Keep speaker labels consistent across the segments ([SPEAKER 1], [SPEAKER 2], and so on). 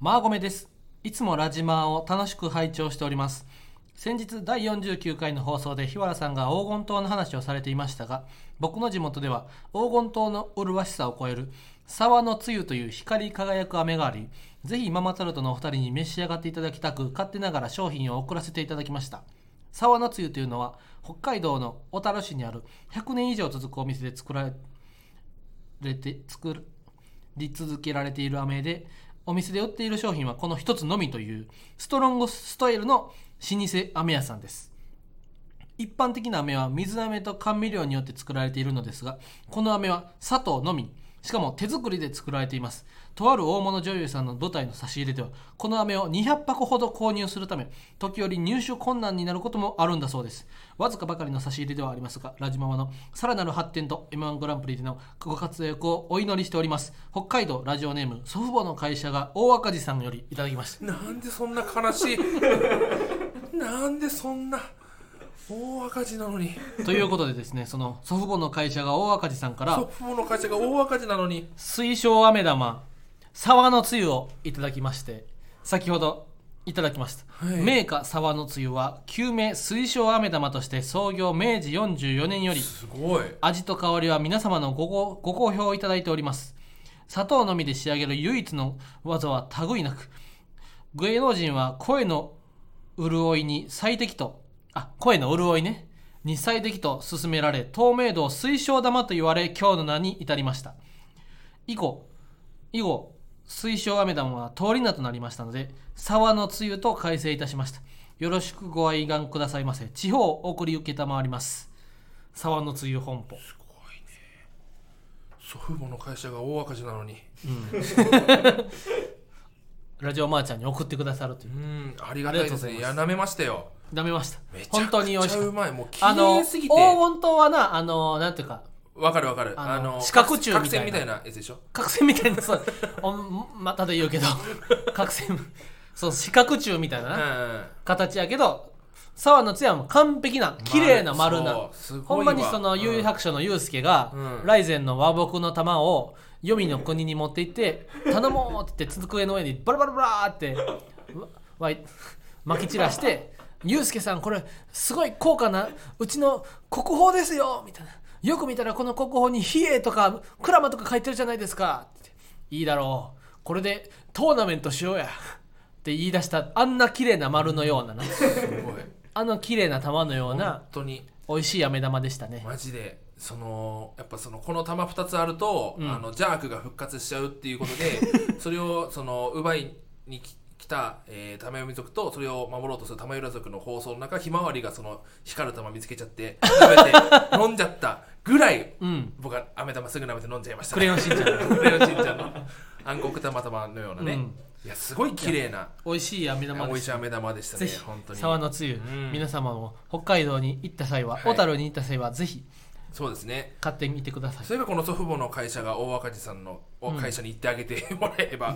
[SPEAKER 1] マーゴメです。いつもラジマーを楽しく拝聴しております。先日第49回の放送で日原さんが黄金塔の話をされていましたが、僕の地元では黄金塔の麗しさを超える沢の露という光り輝く飴があり、ぜひママタルトのお二人に召し上がっていただきたく、勝手ながら商品を送らせていただきました。沢の露というのは北海道の小樽市にある100年以上続くお店で作られれて作り続けられている飴でお店で売っている商品はこの一つのみというストロングストイルの老舗飴屋さんです一般的な飴は水飴と甘味料によって作られているのですがこの飴は砂糖のみしかも手作りで作られていますとある大物女優さんの舞台の差し入れではこの飴を200箱ほど購入するため時折入手困難になることもあるんだそうですわずかばかりの差し入れではありますがラジママのさらなる発展と m 1グランプリでのご活躍をお祈りしております北海道ラジオネーム祖父母の会社が大赤字さんよりいただきました
[SPEAKER 2] なんでそんな悲しい なんでそんな大赤字なのに
[SPEAKER 1] ということでですねその祖父母の会社が大赤字さんから
[SPEAKER 2] 祖父母の会社が大赤字なのに
[SPEAKER 1] 水晶飴玉沢のつゆをいただきまして先ほどいただきました、
[SPEAKER 2] はい
[SPEAKER 1] 名家沢のつゆは旧名水晶飴玉として創業明治44年より
[SPEAKER 2] すごい
[SPEAKER 1] 味と香りは皆様のごごご好評をいただいております砂糖のみで仕上げる唯一の技は類いなく芸能人は声の潤いに最適とあ声の潤いねに最適と勧められ透明度を推奨玉と言われ今日の名に至りました以後以後水晶飴玉は通り名となりましたので沢のつゆと改正いたしましたよろしくご愛願くださいませ地方を送り受けたまわります沢のつゆ本舗
[SPEAKER 2] 祖父母の会社が大赤字なのに
[SPEAKER 1] ラジオマーちゃんに送ってくださるという
[SPEAKER 2] う。んありがたいです
[SPEAKER 1] あ
[SPEAKER 2] ね
[SPEAKER 1] り
[SPEAKER 2] い
[SPEAKER 1] が
[SPEAKER 2] やなめましたよ
[SPEAKER 1] ダメました
[SPEAKER 2] めち。ゃ
[SPEAKER 1] 本当
[SPEAKER 2] く
[SPEAKER 1] に
[SPEAKER 2] ち
[SPEAKER 1] 美味し
[SPEAKER 2] ゃ
[SPEAKER 1] かっ
[SPEAKER 2] うまいもう綺
[SPEAKER 1] た。あの、
[SPEAKER 2] 麗す
[SPEAKER 1] 黄
[SPEAKER 2] ぎて
[SPEAKER 1] 金島はな、あの、なんていうか、
[SPEAKER 2] わかるわかる
[SPEAKER 1] あ
[SPEAKER 2] あ
[SPEAKER 1] の
[SPEAKER 2] の
[SPEAKER 1] 四角柱
[SPEAKER 2] 角
[SPEAKER 1] みたいな
[SPEAKER 2] 栓みたいなやつでしょ
[SPEAKER 1] 角栓みたいな、そう、 おんまたで言うけど、 角栓、そう、四角柱みたいな
[SPEAKER 2] うん
[SPEAKER 1] な
[SPEAKER 2] うん
[SPEAKER 1] 形やけど、沢のつやも完璧な、綺麗な丸な。
[SPEAKER 2] そうすごいわ
[SPEAKER 1] ほんまにその、
[SPEAKER 2] うん
[SPEAKER 1] 有白書のユうスケが
[SPEAKER 2] う、ん
[SPEAKER 1] ライゼンの和睦の玉を、黄泉の国に持って行って、頼もうって言って、机の上にバラバラバラーって、わわいまき散らして「ユうスケさんこれすごい高価なうちの国宝ですよ」みたいな「よく見たらこの国宝に比叡とか鞍馬とか書いてるじゃないですか」って「いいだろうこれでトーナメントしようや」って言い出したあんな綺麗な丸のようなな
[SPEAKER 2] すごい
[SPEAKER 1] あの綺麗な玉のような
[SPEAKER 2] 本当に
[SPEAKER 1] 美味しい飴玉でしたね
[SPEAKER 2] マジでそのやっぱそのこの玉2つあると、
[SPEAKER 1] ん
[SPEAKER 2] あのジャークが復活しちゃうっていうこと でそれをその奪いにき来た、えー、玉読み族とそれを守ろうとする玉浦族の放送の中ひまわりがその光る玉見つけちゃって食べて 飲んじゃったぐらい、
[SPEAKER 1] うん
[SPEAKER 2] 僕は飴玉すぐ舐めて飲んじゃいました、
[SPEAKER 1] クレヨンしんちゃん
[SPEAKER 2] クレヨンしんちゃんの暗黒玉玉のようなね、
[SPEAKER 1] うん
[SPEAKER 2] いやすごい綺麗な
[SPEAKER 1] 美味しい飴玉
[SPEAKER 2] 美
[SPEAKER 1] で
[SPEAKER 2] 味
[SPEAKER 1] し
[SPEAKER 2] したい飴玉でした
[SPEAKER 1] ぜ
[SPEAKER 2] ね
[SPEAKER 1] ひ
[SPEAKER 2] 本当に
[SPEAKER 1] 沢のつゆ、
[SPEAKER 2] ん
[SPEAKER 1] 皆様も北海道に行った際は
[SPEAKER 2] はい
[SPEAKER 1] 小樽、に行った際はぜひ
[SPEAKER 2] そうですね
[SPEAKER 1] 買ってみてください
[SPEAKER 2] そういえばこの祖父母の会社が大赤字さんのお会社に行ってあげて もらえば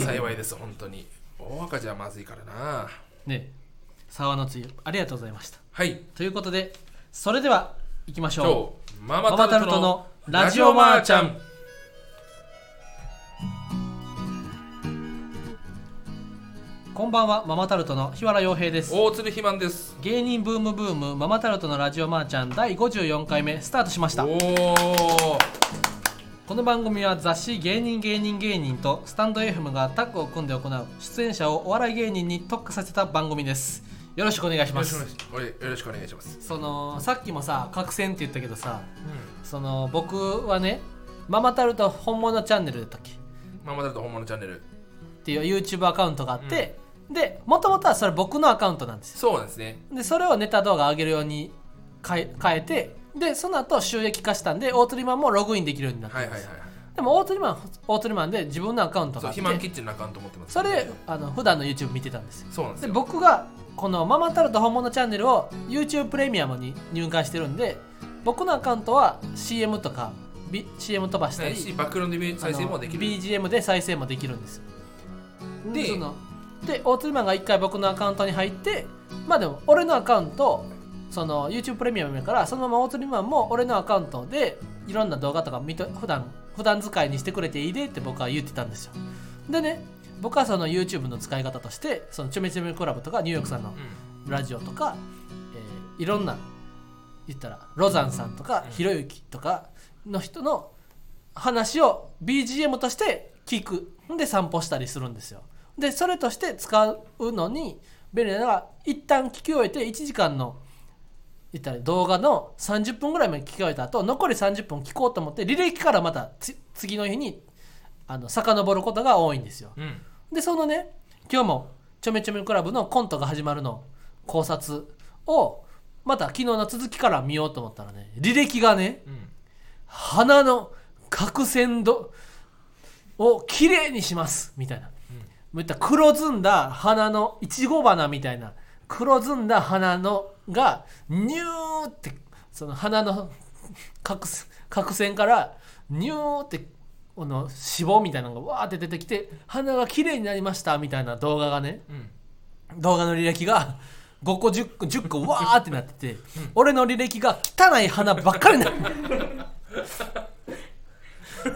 [SPEAKER 2] 幸いです、本当に。大赤字はまずいからな。
[SPEAKER 1] ね沢のつゆありがとうございました
[SPEAKER 2] はい、
[SPEAKER 1] ということでそれでは行きまし
[SPEAKER 2] 今
[SPEAKER 1] ょ
[SPEAKER 2] 日、マ
[SPEAKER 1] うママ
[SPEAKER 2] マタ
[SPEAKER 1] タ
[SPEAKER 2] ル
[SPEAKER 1] ル
[SPEAKER 2] ト
[SPEAKER 1] ト
[SPEAKER 2] の
[SPEAKER 1] の
[SPEAKER 2] ラ
[SPEAKER 1] ラ
[SPEAKER 2] ジ
[SPEAKER 1] ジ
[SPEAKER 2] オ
[SPEAKER 1] オ
[SPEAKER 2] マ
[SPEAKER 1] マ
[SPEAKER 2] ー
[SPEAKER 1] ー
[SPEAKER 2] ち
[SPEAKER 1] ち
[SPEAKER 2] ゃ
[SPEAKER 1] ゃ
[SPEAKER 2] ん
[SPEAKER 1] ん。うこんばんはママタルトの日原洋平です
[SPEAKER 2] 大鶴ひまんです。
[SPEAKER 1] 芸人ブームブームママタルトのラジオマーちゃん第54回目スタートしまし
[SPEAKER 2] お
[SPEAKER 1] た
[SPEAKER 2] お、
[SPEAKER 1] この番組は雑誌「芸人芸人芸人」とスタンド FM がタッグを組んで行う出演者をお笑い芸人に特化させた番組ですよろしくお願いし
[SPEAKER 2] よ
[SPEAKER 1] ま
[SPEAKER 2] ろしく
[SPEAKER 1] す
[SPEAKER 2] お願いします。よろしくお願いします。
[SPEAKER 1] そのさっきもさ角栓って言ったけどさその僕はねママタルト本物チャンネルだったっけっ
[SPEAKER 2] ママタルト本物チャンネル。
[SPEAKER 1] ていう YouTube アカウントがあって、でもともとはそれ僕のアカウントなんですよ
[SPEAKER 2] そうなんですね。
[SPEAKER 1] でそれをネタ動画上げるように変え変えてでその後収益化したんで大鳥マンもログインできるようになった
[SPEAKER 2] は
[SPEAKER 1] ん
[SPEAKER 2] い
[SPEAKER 1] で
[SPEAKER 2] はい
[SPEAKER 1] す、
[SPEAKER 2] はい。
[SPEAKER 1] でも大鳥マン大鳥マンで自分のアカウントが
[SPEAKER 2] そ
[SPEAKER 1] あ
[SPEAKER 2] う、
[SPEAKER 1] って
[SPEAKER 2] ひまんキッチンのアカウント持ってます。
[SPEAKER 1] それであの普段の YouTube 見てたんですよ
[SPEAKER 2] そうなんです
[SPEAKER 1] で
[SPEAKER 2] よ。
[SPEAKER 1] 僕がこのママタルト本物チャンネルを YouTube プレミアムに入会してるんで僕のアカウントは CM とか、B、CM 飛ばした
[SPEAKER 2] ね
[SPEAKER 1] り、
[SPEAKER 2] しバックグラウンドイメージ再生もでき
[SPEAKER 1] あの
[SPEAKER 2] る。
[SPEAKER 1] BGM で再生もできるんですよ
[SPEAKER 2] で
[SPEAKER 1] でそので大鶴マンが一回僕のアカウントに入ってまあでも俺のアカウントその YouTube プレミアムやからそのまま大鶴マンも俺のアカウントでいろんな動画とか見と普段普段使いにしてくれていいでって僕は言ってたんですよでね僕はその YouTube の使い方としてそのちょめちょめコラボとかニューヨークさんの
[SPEAKER 2] うん
[SPEAKER 1] ラジオとか、えーいろんな言ったらロザンさんとか
[SPEAKER 2] うん
[SPEAKER 1] ひろゆきとかの人の話を BGM として聞くんで散歩したりするんですよでそれとして使うのに便利なのは一旦聞き終えて1時間の言ったら動画の30分ぐらいまで聞き終えた後残り30分聞こうと思って履歴からまたつ次の日にあの遡ることが多いんですよ
[SPEAKER 2] うん
[SPEAKER 1] でそのね今日もちょめちょめクラブのコントが始まるの考察をまた昨日の続きから見ようと思ったらね履歴がね
[SPEAKER 2] うん
[SPEAKER 1] 鼻の角栓度をきれいにしますみたいな、ういった黒ずんだ鼻のいちご花みたいな黒ずんだ鼻のがニューってその鼻の角栓角栓からニューってこの脂肪みたいなのがわーって出てきて鼻がきれいになりましたみたいな動画がね
[SPEAKER 2] うん
[SPEAKER 1] 動画の履歴が5個10個10個わーってなってて、俺の履歴が汚い花ばっかり な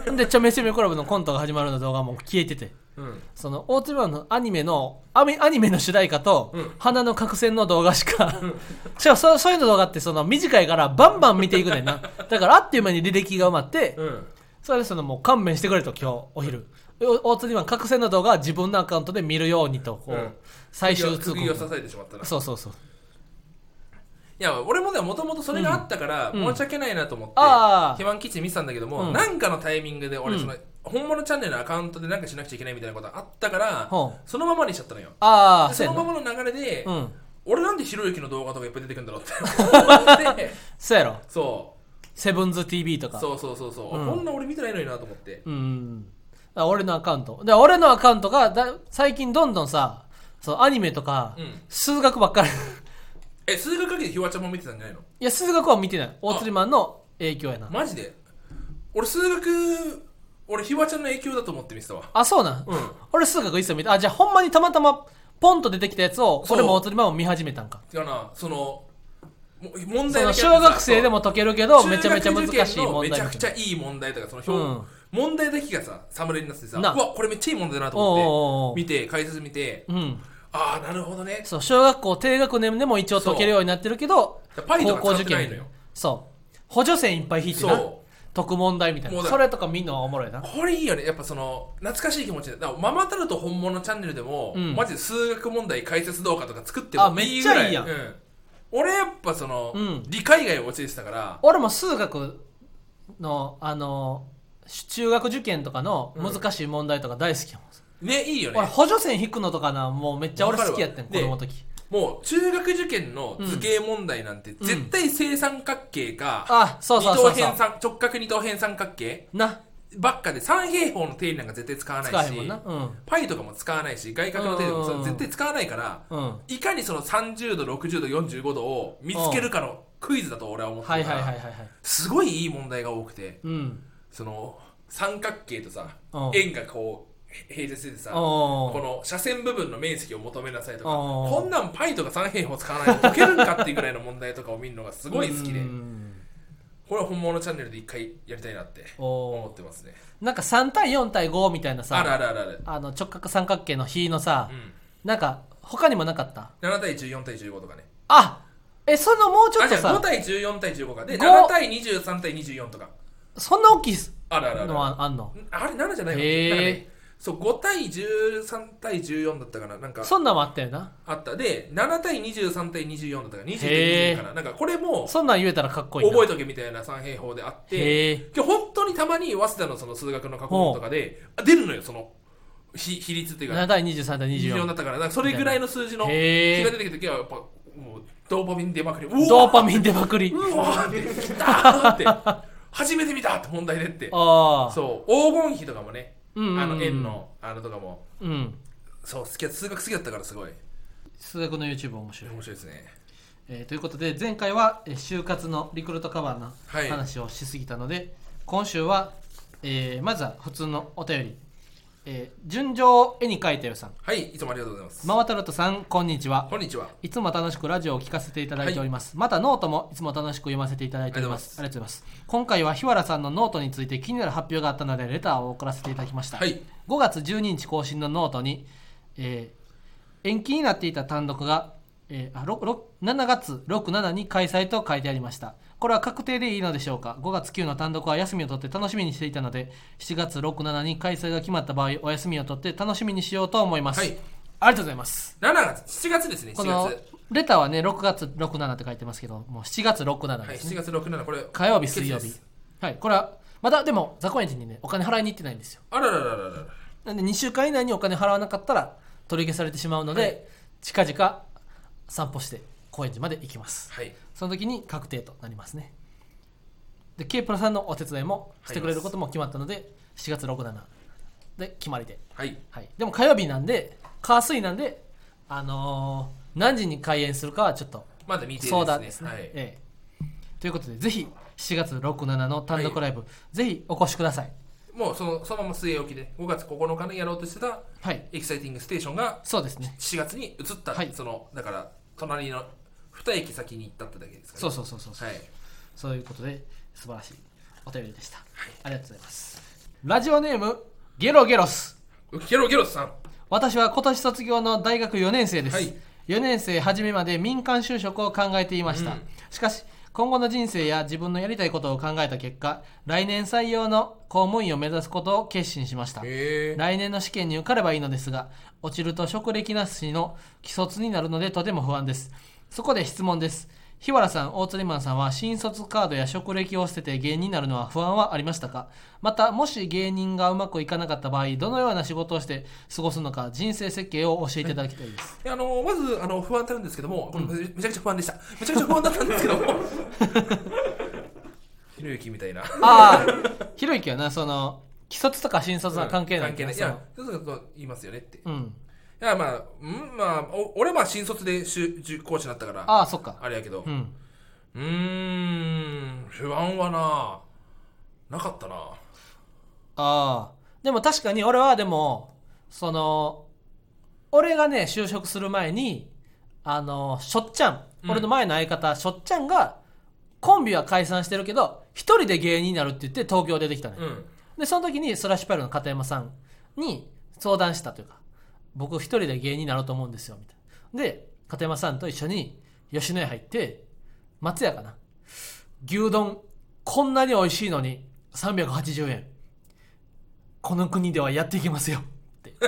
[SPEAKER 1] のでちょめちょめコラボのコントが始まるの動画も消えてて
[SPEAKER 2] うん
[SPEAKER 1] その大津亮のアニメのアメアニメの主題歌と、
[SPEAKER 2] うん
[SPEAKER 1] 花の角栓の動画しか、 しかもそうそういうの動画ってその短いからバンバン見ていくねんなだからあっという間に履歴が埋まって、
[SPEAKER 2] うん
[SPEAKER 1] それでそのもう勘弁してくれと今日お昼お大津亮角栓の動画は自分のアカウントで見るようにとこう、
[SPEAKER 2] うん
[SPEAKER 1] 最終通
[SPEAKER 2] 釘を
[SPEAKER 1] 告
[SPEAKER 2] 刺されてしまったな
[SPEAKER 1] そうそうそう
[SPEAKER 2] いや俺もでももともとそれがあったから申し訳ないなと思って
[SPEAKER 1] ああ
[SPEAKER 2] 肥満基地見てたんだけど
[SPEAKER 1] う
[SPEAKER 2] も
[SPEAKER 1] ん
[SPEAKER 2] なんかのタイミングで俺その本物チャンネルのアカウントでなんかしなくちゃいけないみたいなことあったから
[SPEAKER 1] ほう
[SPEAKER 2] そのままにしちゃったのよ
[SPEAKER 1] ああ
[SPEAKER 2] で
[SPEAKER 1] そ
[SPEAKER 2] そうの
[SPEAKER 1] や
[SPEAKER 2] ま
[SPEAKER 1] な
[SPEAKER 2] まの流れで
[SPEAKER 1] うん
[SPEAKER 2] 俺なんでひろゆきの動画とかいっぱい出てくるんだろうって思って
[SPEAKER 1] そうやろ
[SPEAKER 2] そ
[SPEAKER 1] セブンズ TV と
[SPEAKER 2] う
[SPEAKER 1] か
[SPEAKER 2] そうそうそうそう
[SPEAKER 1] うん
[SPEAKER 2] こんな俺見てないのになと思って
[SPEAKER 1] うんだから俺のアカウントで俺のアカウントがだ最近どんどんさそうアニメとか、
[SPEAKER 2] うん
[SPEAKER 1] 数学ばっかり
[SPEAKER 2] え数学かけてひわちゃんも見てたんじゃないの
[SPEAKER 1] いや数学は見てない大釣りマンの影響やな
[SPEAKER 2] マジで俺数学俺ひわちゃんの影響だと思って見てたわ
[SPEAKER 1] あそうなん、
[SPEAKER 2] うん
[SPEAKER 1] 俺数学一切見てあじゃあほんまにたまたまポンと出てきたやつを
[SPEAKER 2] そう
[SPEAKER 1] 俺も大釣りマンを見始めたんか
[SPEAKER 2] てかなそのも問
[SPEAKER 1] そ
[SPEAKER 2] 題
[SPEAKER 1] の
[SPEAKER 2] だけ
[SPEAKER 1] 小学生でも解けるけどめちゃめちゃ難しい
[SPEAKER 2] 中学受験の
[SPEAKER 1] 問題みた
[SPEAKER 2] めち
[SPEAKER 1] い
[SPEAKER 2] ゃ
[SPEAKER 1] な
[SPEAKER 2] くちゃいい問題とかその表、
[SPEAKER 1] うん
[SPEAKER 2] 問題だけがさサムネになっててさう
[SPEAKER 1] な
[SPEAKER 2] わこれめっちゃいい問題だなと
[SPEAKER 1] おう
[SPEAKER 2] 思
[SPEAKER 1] おうおう
[SPEAKER 2] って見て解説見て
[SPEAKER 1] うん
[SPEAKER 2] ああなるほどね
[SPEAKER 1] そう小学校低学年でも一応解けるようになってるけど
[SPEAKER 2] パイと
[SPEAKER 1] 高
[SPEAKER 2] か
[SPEAKER 1] 校
[SPEAKER 2] 使
[SPEAKER 1] 受
[SPEAKER 2] ってない
[SPEAKER 1] 験
[SPEAKER 2] のよ
[SPEAKER 1] そう補助線いっぱい引いてな
[SPEAKER 2] そ
[SPEAKER 1] 解く問題みたい
[SPEAKER 2] も
[SPEAKER 1] な
[SPEAKER 2] うだ
[SPEAKER 1] それとかみんなおもろいな
[SPEAKER 2] これいいよねやっぱその懐かしい気持ちでだからママタルト本物チャンネルでも、
[SPEAKER 1] うん
[SPEAKER 2] マジで数学問題解説動画とか作って
[SPEAKER 1] あ
[SPEAKER 2] も
[SPEAKER 1] めっ
[SPEAKER 2] いい
[SPEAKER 1] ち
[SPEAKER 2] ぐ
[SPEAKER 1] ゃ
[SPEAKER 2] ら
[SPEAKER 1] い
[SPEAKER 2] い
[SPEAKER 1] いやん
[SPEAKER 2] うん俺やっぱその、
[SPEAKER 1] うん
[SPEAKER 2] 理解外を教えてたから
[SPEAKER 1] 俺も数学のあの中学受験とかの難しい問題とか大好きやもん、
[SPEAKER 2] ねいいよね
[SPEAKER 1] 俺補助線引くのとかなもうめっちゃ俺好きやってん子
[SPEAKER 2] わかる
[SPEAKER 1] 供
[SPEAKER 2] わ
[SPEAKER 1] の時
[SPEAKER 2] もう中学受験の図形問題なんて、
[SPEAKER 1] ん
[SPEAKER 2] 絶対正三角形か、
[SPEAKER 1] あそうそう
[SPEAKER 2] 二
[SPEAKER 1] そう
[SPEAKER 2] 等
[SPEAKER 1] そ
[SPEAKER 2] 辺
[SPEAKER 1] う
[SPEAKER 2] 三直角二等辺三角形
[SPEAKER 1] な
[SPEAKER 2] ばっかで三平方の定理なんか絶対使わ
[SPEAKER 1] 使
[SPEAKER 2] な
[SPEAKER 1] わ
[SPEAKER 2] い
[SPEAKER 1] へん
[SPEAKER 2] し
[SPEAKER 1] もんなうん
[SPEAKER 2] パイとかも使わないし外角の定理とか
[SPEAKER 1] うん
[SPEAKER 2] も絶対使わないから
[SPEAKER 1] うん
[SPEAKER 2] いかにその30度60度45度を見つけるかのクイズだと俺は思って
[SPEAKER 1] はい
[SPEAKER 2] る
[SPEAKER 1] は
[SPEAKER 2] か
[SPEAKER 1] いはいはい
[SPEAKER 2] ら
[SPEAKER 1] はい
[SPEAKER 2] すごいいい問題が多くて
[SPEAKER 1] うん
[SPEAKER 2] その三角形とさ
[SPEAKER 1] うん
[SPEAKER 2] 円がこうへ並列しててさ
[SPEAKER 1] お
[SPEAKER 2] こ
[SPEAKER 1] ー
[SPEAKER 2] の斜線部分の面積を求めなさいとか
[SPEAKER 1] おー
[SPEAKER 2] こんなんパイとか三平方使わないと解けるんかっていうぐらいの問題とかを見るのがすごい好きで
[SPEAKER 1] うん
[SPEAKER 2] これは本物チャンネルで一回やりたいなって思
[SPEAKER 1] お
[SPEAKER 2] ってますね
[SPEAKER 1] ーなんか3対4対5みたいな
[SPEAKER 2] ある
[SPEAKER 1] さ
[SPEAKER 2] あるあるある
[SPEAKER 1] あの直角三角形の比のさ、
[SPEAKER 2] うん
[SPEAKER 1] なんか他にもなかった
[SPEAKER 2] 7対14対15とかね
[SPEAKER 1] あえそのもうちょ
[SPEAKER 2] あ
[SPEAKER 1] っと
[SPEAKER 2] じゃあ5
[SPEAKER 1] さ
[SPEAKER 2] 対14対15かで
[SPEAKER 1] 五
[SPEAKER 2] 7対23対24とか
[SPEAKER 1] そんな大きい
[SPEAKER 2] あるあるある
[SPEAKER 1] のはあんの
[SPEAKER 2] あれ7じゃないか
[SPEAKER 1] へー
[SPEAKER 2] なんかねそう5対13対14だったかななんか
[SPEAKER 1] そんなんもあったよな
[SPEAKER 2] あったで7対23対24だったかな20対
[SPEAKER 1] へー
[SPEAKER 2] 20かななんかこれも
[SPEAKER 1] そんなん言えたらかっこいいな
[SPEAKER 2] 覚えとけみたいな三平方であって
[SPEAKER 1] へえ
[SPEAKER 2] 今日本当にたまに早稲田のその数学の過去問とかであ出るのよその比比率っていう
[SPEAKER 1] 7
[SPEAKER 2] か
[SPEAKER 1] 対23対
[SPEAKER 2] 24だ
[SPEAKER 1] 24
[SPEAKER 2] ったからなんかそれぐらいの数字の比が
[SPEAKER 1] へー
[SPEAKER 2] 出てきた時はやっぱもうドーパミン出まくりうお
[SPEAKER 1] ドーパミンでパクリ
[SPEAKER 2] うわー来たーって初めて見たって問題でって
[SPEAKER 1] ああ
[SPEAKER 2] そう黄金比とかもね
[SPEAKER 1] う
[SPEAKER 2] あ
[SPEAKER 1] んうんうん
[SPEAKER 2] の円のあのとかも
[SPEAKER 1] うん
[SPEAKER 2] そう好きだ数学好きだったからすごい
[SPEAKER 1] 数学の YouTube 面白い、
[SPEAKER 2] 面白いですね
[SPEAKER 1] えーということで前回はえー就活のリクルートカバーの
[SPEAKER 2] はい
[SPEAKER 1] 話をしすぎたので、今週は、えーまずは普通のお便り、えー純情を絵に描いてるさん
[SPEAKER 2] はい、いつもありがとうございます。
[SPEAKER 1] マワタルトさんこんにちは
[SPEAKER 2] こんにちは。
[SPEAKER 1] いつも楽しくラジオを聞かせていただいております、またノートもいつも楽しく読ませていただいておりますあ
[SPEAKER 2] あ
[SPEAKER 1] りがとうございます今回は日原さんのノートについて気になる発表があったのでレターを送らせていただきました、
[SPEAKER 2] はい
[SPEAKER 1] 5月12日更新のノートに、えー延期になっていた単独が、えーあろろ7月67に開催と書いてありましたこれは確定でいいのでしょうか5月9の単独は休みを取って楽しみにしていたので7月67に開催が決まった場合お休みを取って楽しみにしようと思います、
[SPEAKER 2] はい
[SPEAKER 1] ありがとうございます
[SPEAKER 2] 7月、7月ですね、
[SPEAKER 1] こ
[SPEAKER 2] 7月。
[SPEAKER 1] の
[SPEAKER 2] は
[SPEAKER 1] レターはね6月67って書いてますけどもう7月67
[SPEAKER 2] い、
[SPEAKER 1] ですね、
[SPEAKER 2] 7月6、7、これ。
[SPEAKER 1] 火曜日水曜
[SPEAKER 2] 季節
[SPEAKER 1] 日
[SPEAKER 2] です
[SPEAKER 1] はいこれはまだでもザコエンジンにねお金払いに行ってないんですよ
[SPEAKER 2] あらららららら。
[SPEAKER 1] なんで2週間以内にお金払わなかったら取り消されてしまうので、
[SPEAKER 2] はい
[SPEAKER 1] 近々散歩して高円寺まで行きます
[SPEAKER 2] はい。
[SPEAKER 1] その時に確定となりますねで K プラさんのお手伝いもしてくれることも決まったので7月67で決まりで
[SPEAKER 2] はい。
[SPEAKER 1] はい、でも火曜日なんで火水なんであのー何時に開演するかはちょっと
[SPEAKER 2] まだ未定ですね。
[SPEAKER 1] 相談ですね
[SPEAKER 2] はい。
[SPEAKER 1] ええということでぜひ7月67の単独ライブ、ぜひお越しください
[SPEAKER 2] もうその、そのまま据え置きで、5月9日にやろうとしてた、
[SPEAKER 1] はい
[SPEAKER 2] エキサイティングステーションが
[SPEAKER 1] そうですね
[SPEAKER 2] 7月に移った、
[SPEAKER 1] はい
[SPEAKER 2] その、だから、隣の2駅先に行ったってだけですかね。
[SPEAKER 1] そうそうそうそうそう、
[SPEAKER 2] はい。
[SPEAKER 1] そういうことで素晴らしいお便りでした、ありがとうございますラジオネームゲロゲロス
[SPEAKER 2] ゲロゲロさん。
[SPEAKER 1] 私は今年卒業の大学4年生です、
[SPEAKER 2] はい
[SPEAKER 1] 4年生初めまで民間就職を考えていました、
[SPEAKER 2] うん
[SPEAKER 1] しかし今後の人生や自分のやりたいことを考えた結果来年採用の公務員を目指すことを決心しました
[SPEAKER 2] へえ。
[SPEAKER 1] 来年の試験に受かればいいのですが落ちると職歴なしの既卒になるのでとても不安ですそこで質問です日原さん大釣りマンさんは新卒カードや職歴を捨てて芸人になるのは不安はありましたかまたもし芸人がうまくいかなかった場合どのような仕事をして過ごすのか人生設計を教えていただきたいです、
[SPEAKER 2] あのまずあの不安たるんですけども、これめちゃくちゃ不安でした。めちゃくちゃ不安だったんで すけども。ひろゆきみたいな。
[SPEAKER 1] ああひろゆきはなその既卒とか新卒は関係ない
[SPEAKER 2] 関係ない。い
[SPEAKER 1] その
[SPEAKER 2] や、そうすると言いますよねって。い
[SPEAKER 1] うん
[SPEAKER 2] や、まあ、うん、まあ、お俺は新卒で就塾講師になったから、あ
[SPEAKER 1] ああそっか
[SPEAKER 2] れやけど
[SPEAKER 1] う、ん
[SPEAKER 2] うーん、不安はな、なかったな。
[SPEAKER 1] ああでも確かに俺はでもその俺がね就職する前にあのしょっちゃん
[SPEAKER 2] うん
[SPEAKER 1] 俺の前の相方、しょっちゃんがコンビは解散してるけど一人で芸人になるって言って東京出てきたのよ、
[SPEAKER 2] うん。
[SPEAKER 1] でその時にスラッシュパイルの片山さんに相談したというか僕一人で芸人になろうと思うんですよみたいなで片山さんと一緒に吉野家入って松屋かな牛丼こんなに美味しいのに380円この国ではやっていけますよってこ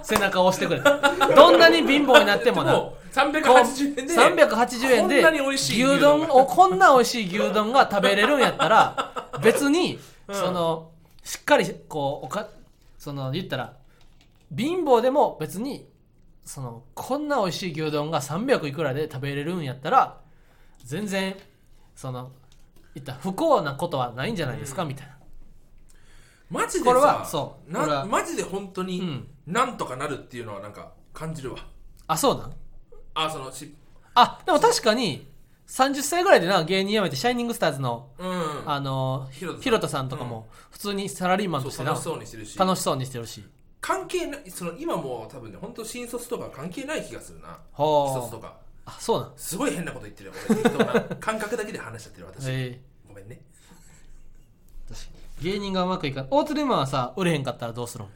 [SPEAKER 1] う 背中を押してくれたどんなに貧乏になってもなこう
[SPEAKER 2] 380円で、
[SPEAKER 1] 380円で
[SPEAKER 2] こんなに美味しい
[SPEAKER 1] 牛丼をこんな美味しい牛丼が食べれるんやった ら別にそのしっかりこうおかその言ったら貧乏でも別にそのこんな美味しい牛丼が300いくらで食べれるんやったら全然その言ったら不幸なことはないんじゃないですか、みたいな
[SPEAKER 2] マジでさ、
[SPEAKER 1] これはそうこれ
[SPEAKER 2] な
[SPEAKER 1] は
[SPEAKER 2] マジで本当
[SPEAKER 1] う
[SPEAKER 2] に
[SPEAKER 1] ん、
[SPEAKER 2] なんとかなるっていうのはなんか感じるわ。
[SPEAKER 1] あそうなん
[SPEAKER 2] あ、その、し、
[SPEAKER 1] あでも確かに30歳ぐらいでな芸人辞めてシャイニングスターズの
[SPEAKER 2] うん。
[SPEAKER 1] あの
[SPEAKER 2] ひろたさん
[SPEAKER 1] ひろたさんとかも普通にサラリーマンとし
[SPEAKER 2] そ
[SPEAKER 1] て
[SPEAKER 2] う
[SPEAKER 1] な
[SPEAKER 2] 楽しそうにしてるし
[SPEAKER 1] 楽しそうにしてるし
[SPEAKER 2] 関係ないその今もう多分ね本当新卒とか関係ない気がするな新卒と
[SPEAKER 1] は
[SPEAKER 2] か
[SPEAKER 1] ああそうなん
[SPEAKER 2] すごい変なこと言ってるよ俺適当 な感覚だけで話しちゃってる私、
[SPEAKER 1] え
[SPEAKER 2] ごめんね
[SPEAKER 1] ー確かに芸人がうまくいかない大鶴マンはさ売れへんかったらどうするの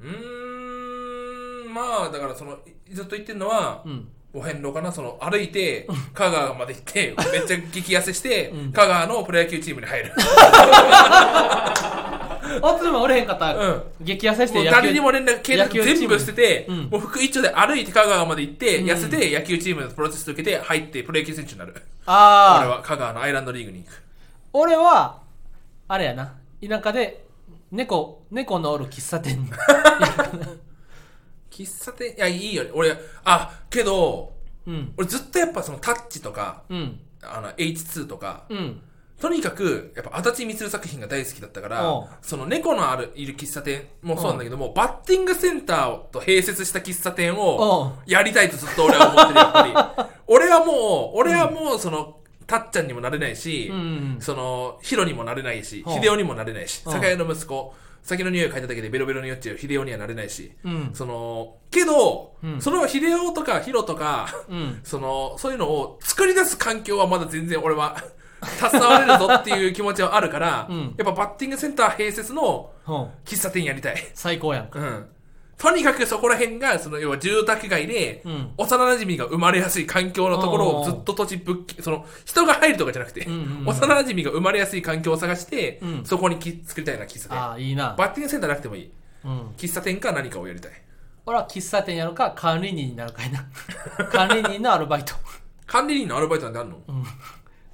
[SPEAKER 2] うーんまあだからそのいずっと言ってるのは、
[SPEAKER 1] うん
[SPEAKER 2] お遍路かなその歩いて香川まで行ってめっちゃ激痩せして、香川のプロ野球チームに入る
[SPEAKER 1] 大鶴マン売れへんかった
[SPEAKER 2] う
[SPEAKER 1] ら
[SPEAKER 2] ん
[SPEAKER 1] 激痩せし
[SPEAKER 2] もう
[SPEAKER 1] て野球
[SPEAKER 2] 誰にも連絡携
[SPEAKER 1] 野球チーム
[SPEAKER 2] 帯全部捨てて、
[SPEAKER 1] うん
[SPEAKER 2] もう服一丁で歩いて香川まで行って、
[SPEAKER 1] うん
[SPEAKER 2] 痩せて野球チームのプロセス受けて入ってプロ野球選手になる俺
[SPEAKER 1] ああ
[SPEAKER 2] は香川のアイランドリーグに行く
[SPEAKER 1] 俺はあれやな田舎で猫猫のおる喫茶店に
[SPEAKER 2] 喫茶店いやいいよね俺あけど
[SPEAKER 1] うん
[SPEAKER 2] 俺ずっとやっぱそのタッチとか
[SPEAKER 1] うん
[SPEAKER 2] あの H2 とか、
[SPEAKER 1] うん
[SPEAKER 2] とにかくやっぱ足立みつる作品が大好きだったから
[SPEAKER 1] おう
[SPEAKER 2] その猫のあるいる喫茶店もそうなんだけども、バッティングセンターと併設した喫茶店
[SPEAKER 1] お
[SPEAKER 2] を
[SPEAKER 1] う
[SPEAKER 2] やりたいとずっと俺は思ってるやっぱ り俺はもう俺はもうその、たっちゃんにもなれないし、
[SPEAKER 1] うんうん
[SPEAKER 2] そのヒロにもなれないし
[SPEAKER 1] おう
[SPEAKER 2] 秀夫にもなれないし
[SPEAKER 1] おう
[SPEAKER 2] 酒屋の息子酒の匂い嗅いだだけでベロベロに酔っちゃうヒデオにはなれないし、
[SPEAKER 1] うん
[SPEAKER 2] そのけど、
[SPEAKER 1] うん
[SPEAKER 2] そのヒデオとかヒロとか
[SPEAKER 1] うん
[SPEAKER 2] そのそういうのを作り出す環境はまだ全然俺は 携われるぞっていう気持ちはあるから、
[SPEAKER 1] うん
[SPEAKER 2] やっぱバッティングセンター併設の
[SPEAKER 1] ほう
[SPEAKER 2] 喫茶店やりたい
[SPEAKER 1] 最高やんか
[SPEAKER 2] うんとにかくそこら辺が、その要は住宅街で
[SPEAKER 1] うん、
[SPEAKER 2] 幼馴染が生まれやすい環境のところを
[SPEAKER 1] あー
[SPEAKER 2] ずっと土地ぶっき、その人が入るとかじゃなくて、
[SPEAKER 1] んうんうん
[SPEAKER 2] 幼馴染が生まれやすい環境を探して
[SPEAKER 1] う、ん
[SPEAKER 2] そこにき作りたいな喫茶店。
[SPEAKER 1] ああいいな
[SPEAKER 2] バッティングセンターなくてもいい。
[SPEAKER 1] うん
[SPEAKER 2] 喫茶店か何かをやりたい。
[SPEAKER 1] 俺は喫茶店やるか管理人になるかいな 管理人のアルバイト
[SPEAKER 2] 管理人のアルバイトなんてあるの、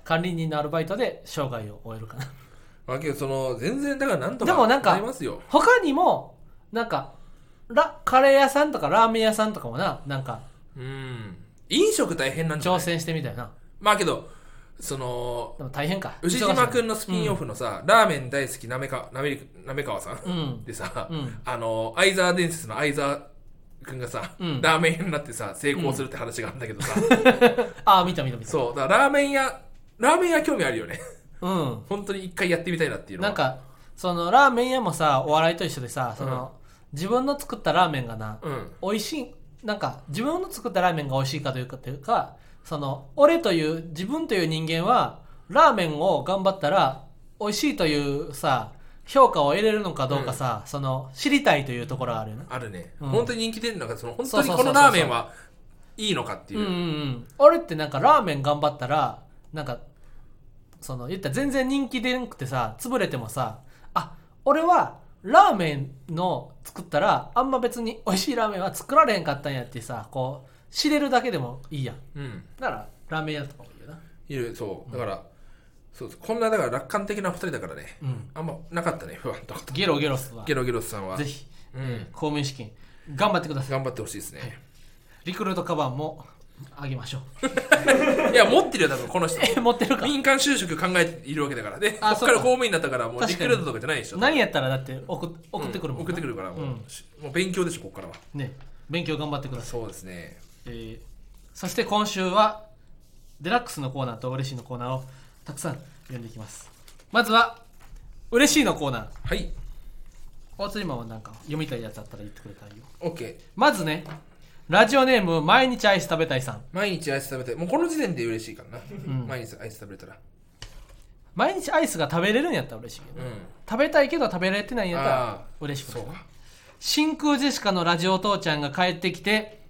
[SPEAKER 1] 管理人のアルバイトで生涯を終えるかな
[SPEAKER 2] あけどその、全然だからなんとか
[SPEAKER 1] でもなんか
[SPEAKER 2] りますよ。
[SPEAKER 1] 他にもなんかラカレー屋さんとかラーメン屋さんとかもななんか
[SPEAKER 2] うん。飲食大変なんじゃな
[SPEAKER 1] 挑
[SPEAKER 2] い
[SPEAKER 1] 戦してみたいな
[SPEAKER 2] まあけど、その、
[SPEAKER 1] でも大変か
[SPEAKER 2] 牛島くん
[SPEAKER 1] ん
[SPEAKER 2] のスピンオフのさ、ラーメン大好きなめか、なめりなめかわさん。
[SPEAKER 1] うん
[SPEAKER 2] でさ、
[SPEAKER 1] うん
[SPEAKER 2] あの相沢伝説の相沢君がさ、
[SPEAKER 1] うん
[SPEAKER 2] ラーメン屋になってさ成功するって話があるんだけどさ、
[SPEAKER 1] ああ見た見た見た
[SPEAKER 2] そうだからラーメン屋ラーメン屋興味あるよね
[SPEAKER 1] うん
[SPEAKER 2] 本当に一回やってみたいなっていうのは
[SPEAKER 1] なんかそのラーメン屋もさお笑いと一緒でさその、自分の作ったラーメンがな、
[SPEAKER 2] うん
[SPEAKER 1] 美味しいなんか自分の作ったラーメンが美味しいかというかというかその俺という自分という人間はラーメンを頑張ったら美味しいというさ評価を得れるのかどうかさ、その知りたいというところはあるよね
[SPEAKER 2] あるね、
[SPEAKER 1] うん
[SPEAKER 2] 本当に人気出るのがその本
[SPEAKER 1] そう
[SPEAKER 2] 当に
[SPEAKER 1] そう
[SPEAKER 2] こ
[SPEAKER 1] そうそ
[SPEAKER 2] の
[SPEAKER 1] う
[SPEAKER 2] ラーメンはいいのかっていうう、
[SPEAKER 1] んうんうん俺ってなんかラーメン頑張ったらなんかその言ったら全然人気出なくてさ潰れてもさあ俺はラーメンの作ったらあんま別に美味しいラーメンは作られへんかったんやってさこう知れるだけでもいいやん
[SPEAKER 2] うん
[SPEAKER 1] だからラーメン屋とかもいいよない
[SPEAKER 2] るそうだから、そうそうこんなだから楽観的な二人だからね、
[SPEAKER 1] うん
[SPEAKER 2] あんまなかったね不 安とか
[SPEAKER 1] ゲロゲロすわ
[SPEAKER 2] ゲロゲロスさんは
[SPEAKER 1] ぜひ
[SPEAKER 2] うん
[SPEAKER 1] 公務員試験頑張ってください
[SPEAKER 2] 頑張ってほしいですね、
[SPEAKER 1] リクルートカバンもあげましょう
[SPEAKER 2] いや持ってるよ多分この 人
[SPEAKER 1] え持ってるか
[SPEAKER 2] 民間就職考えているわけだからね。こ
[SPEAKER 1] あ
[SPEAKER 2] っ
[SPEAKER 1] そ
[SPEAKER 2] か
[SPEAKER 1] うから
[SPEAKER 2] 公務員だったから、もう
[SPEAKER 1] 確かに
[SPEAKER 2] リクルートとかじゃないでしょ。
[SPEAKER 1] 何やったらだって送っ送ってくるもんな、
[SPEAKER 2] 送ってくるから、もう,、
[SPEAKER 1] うん
[SPEAKER 2] もう勉強でしょ、ここからは。
[SPEAKER 1] ね勉強頑張ってください
[SPEAKER 2] そうですね。
[SPEAKER 1] えーそして今週はデラックスのコーナーと嬉しいのコーナーをたくさん読んでいきますまずは嬉しいのコーナー
[SPEAKER 2] はい、
[SPEAKER 1] 大津今はなんか読みたいやつあったら言ってくれたらいいよ
[SPEAKER 2] OK。
[SPEAKER 1] まずねラジオネーム毎日アイス食べたいさん
[SPEAKER 2] 毎日アイス食べて、もうこの時点で嬉しいからな。毎日アイス食べれたら。
[SPEAKER 1] 毎日アイスが食べれるんやったら嬉しいけど、
[SPEAKER 2] うん。
[SPEAKER 1] 食べたいけど食べられてないんやった
[SPEAKER 2] あー
[SPEAKER 1] ら嬉しくな
[SPEAKER 2] そう
[SPEAKER 1] い
[SPEAKER 2] か。
[SPEAKER 1] 真空ジェシカのラジオ父ちゃんが帰ってきて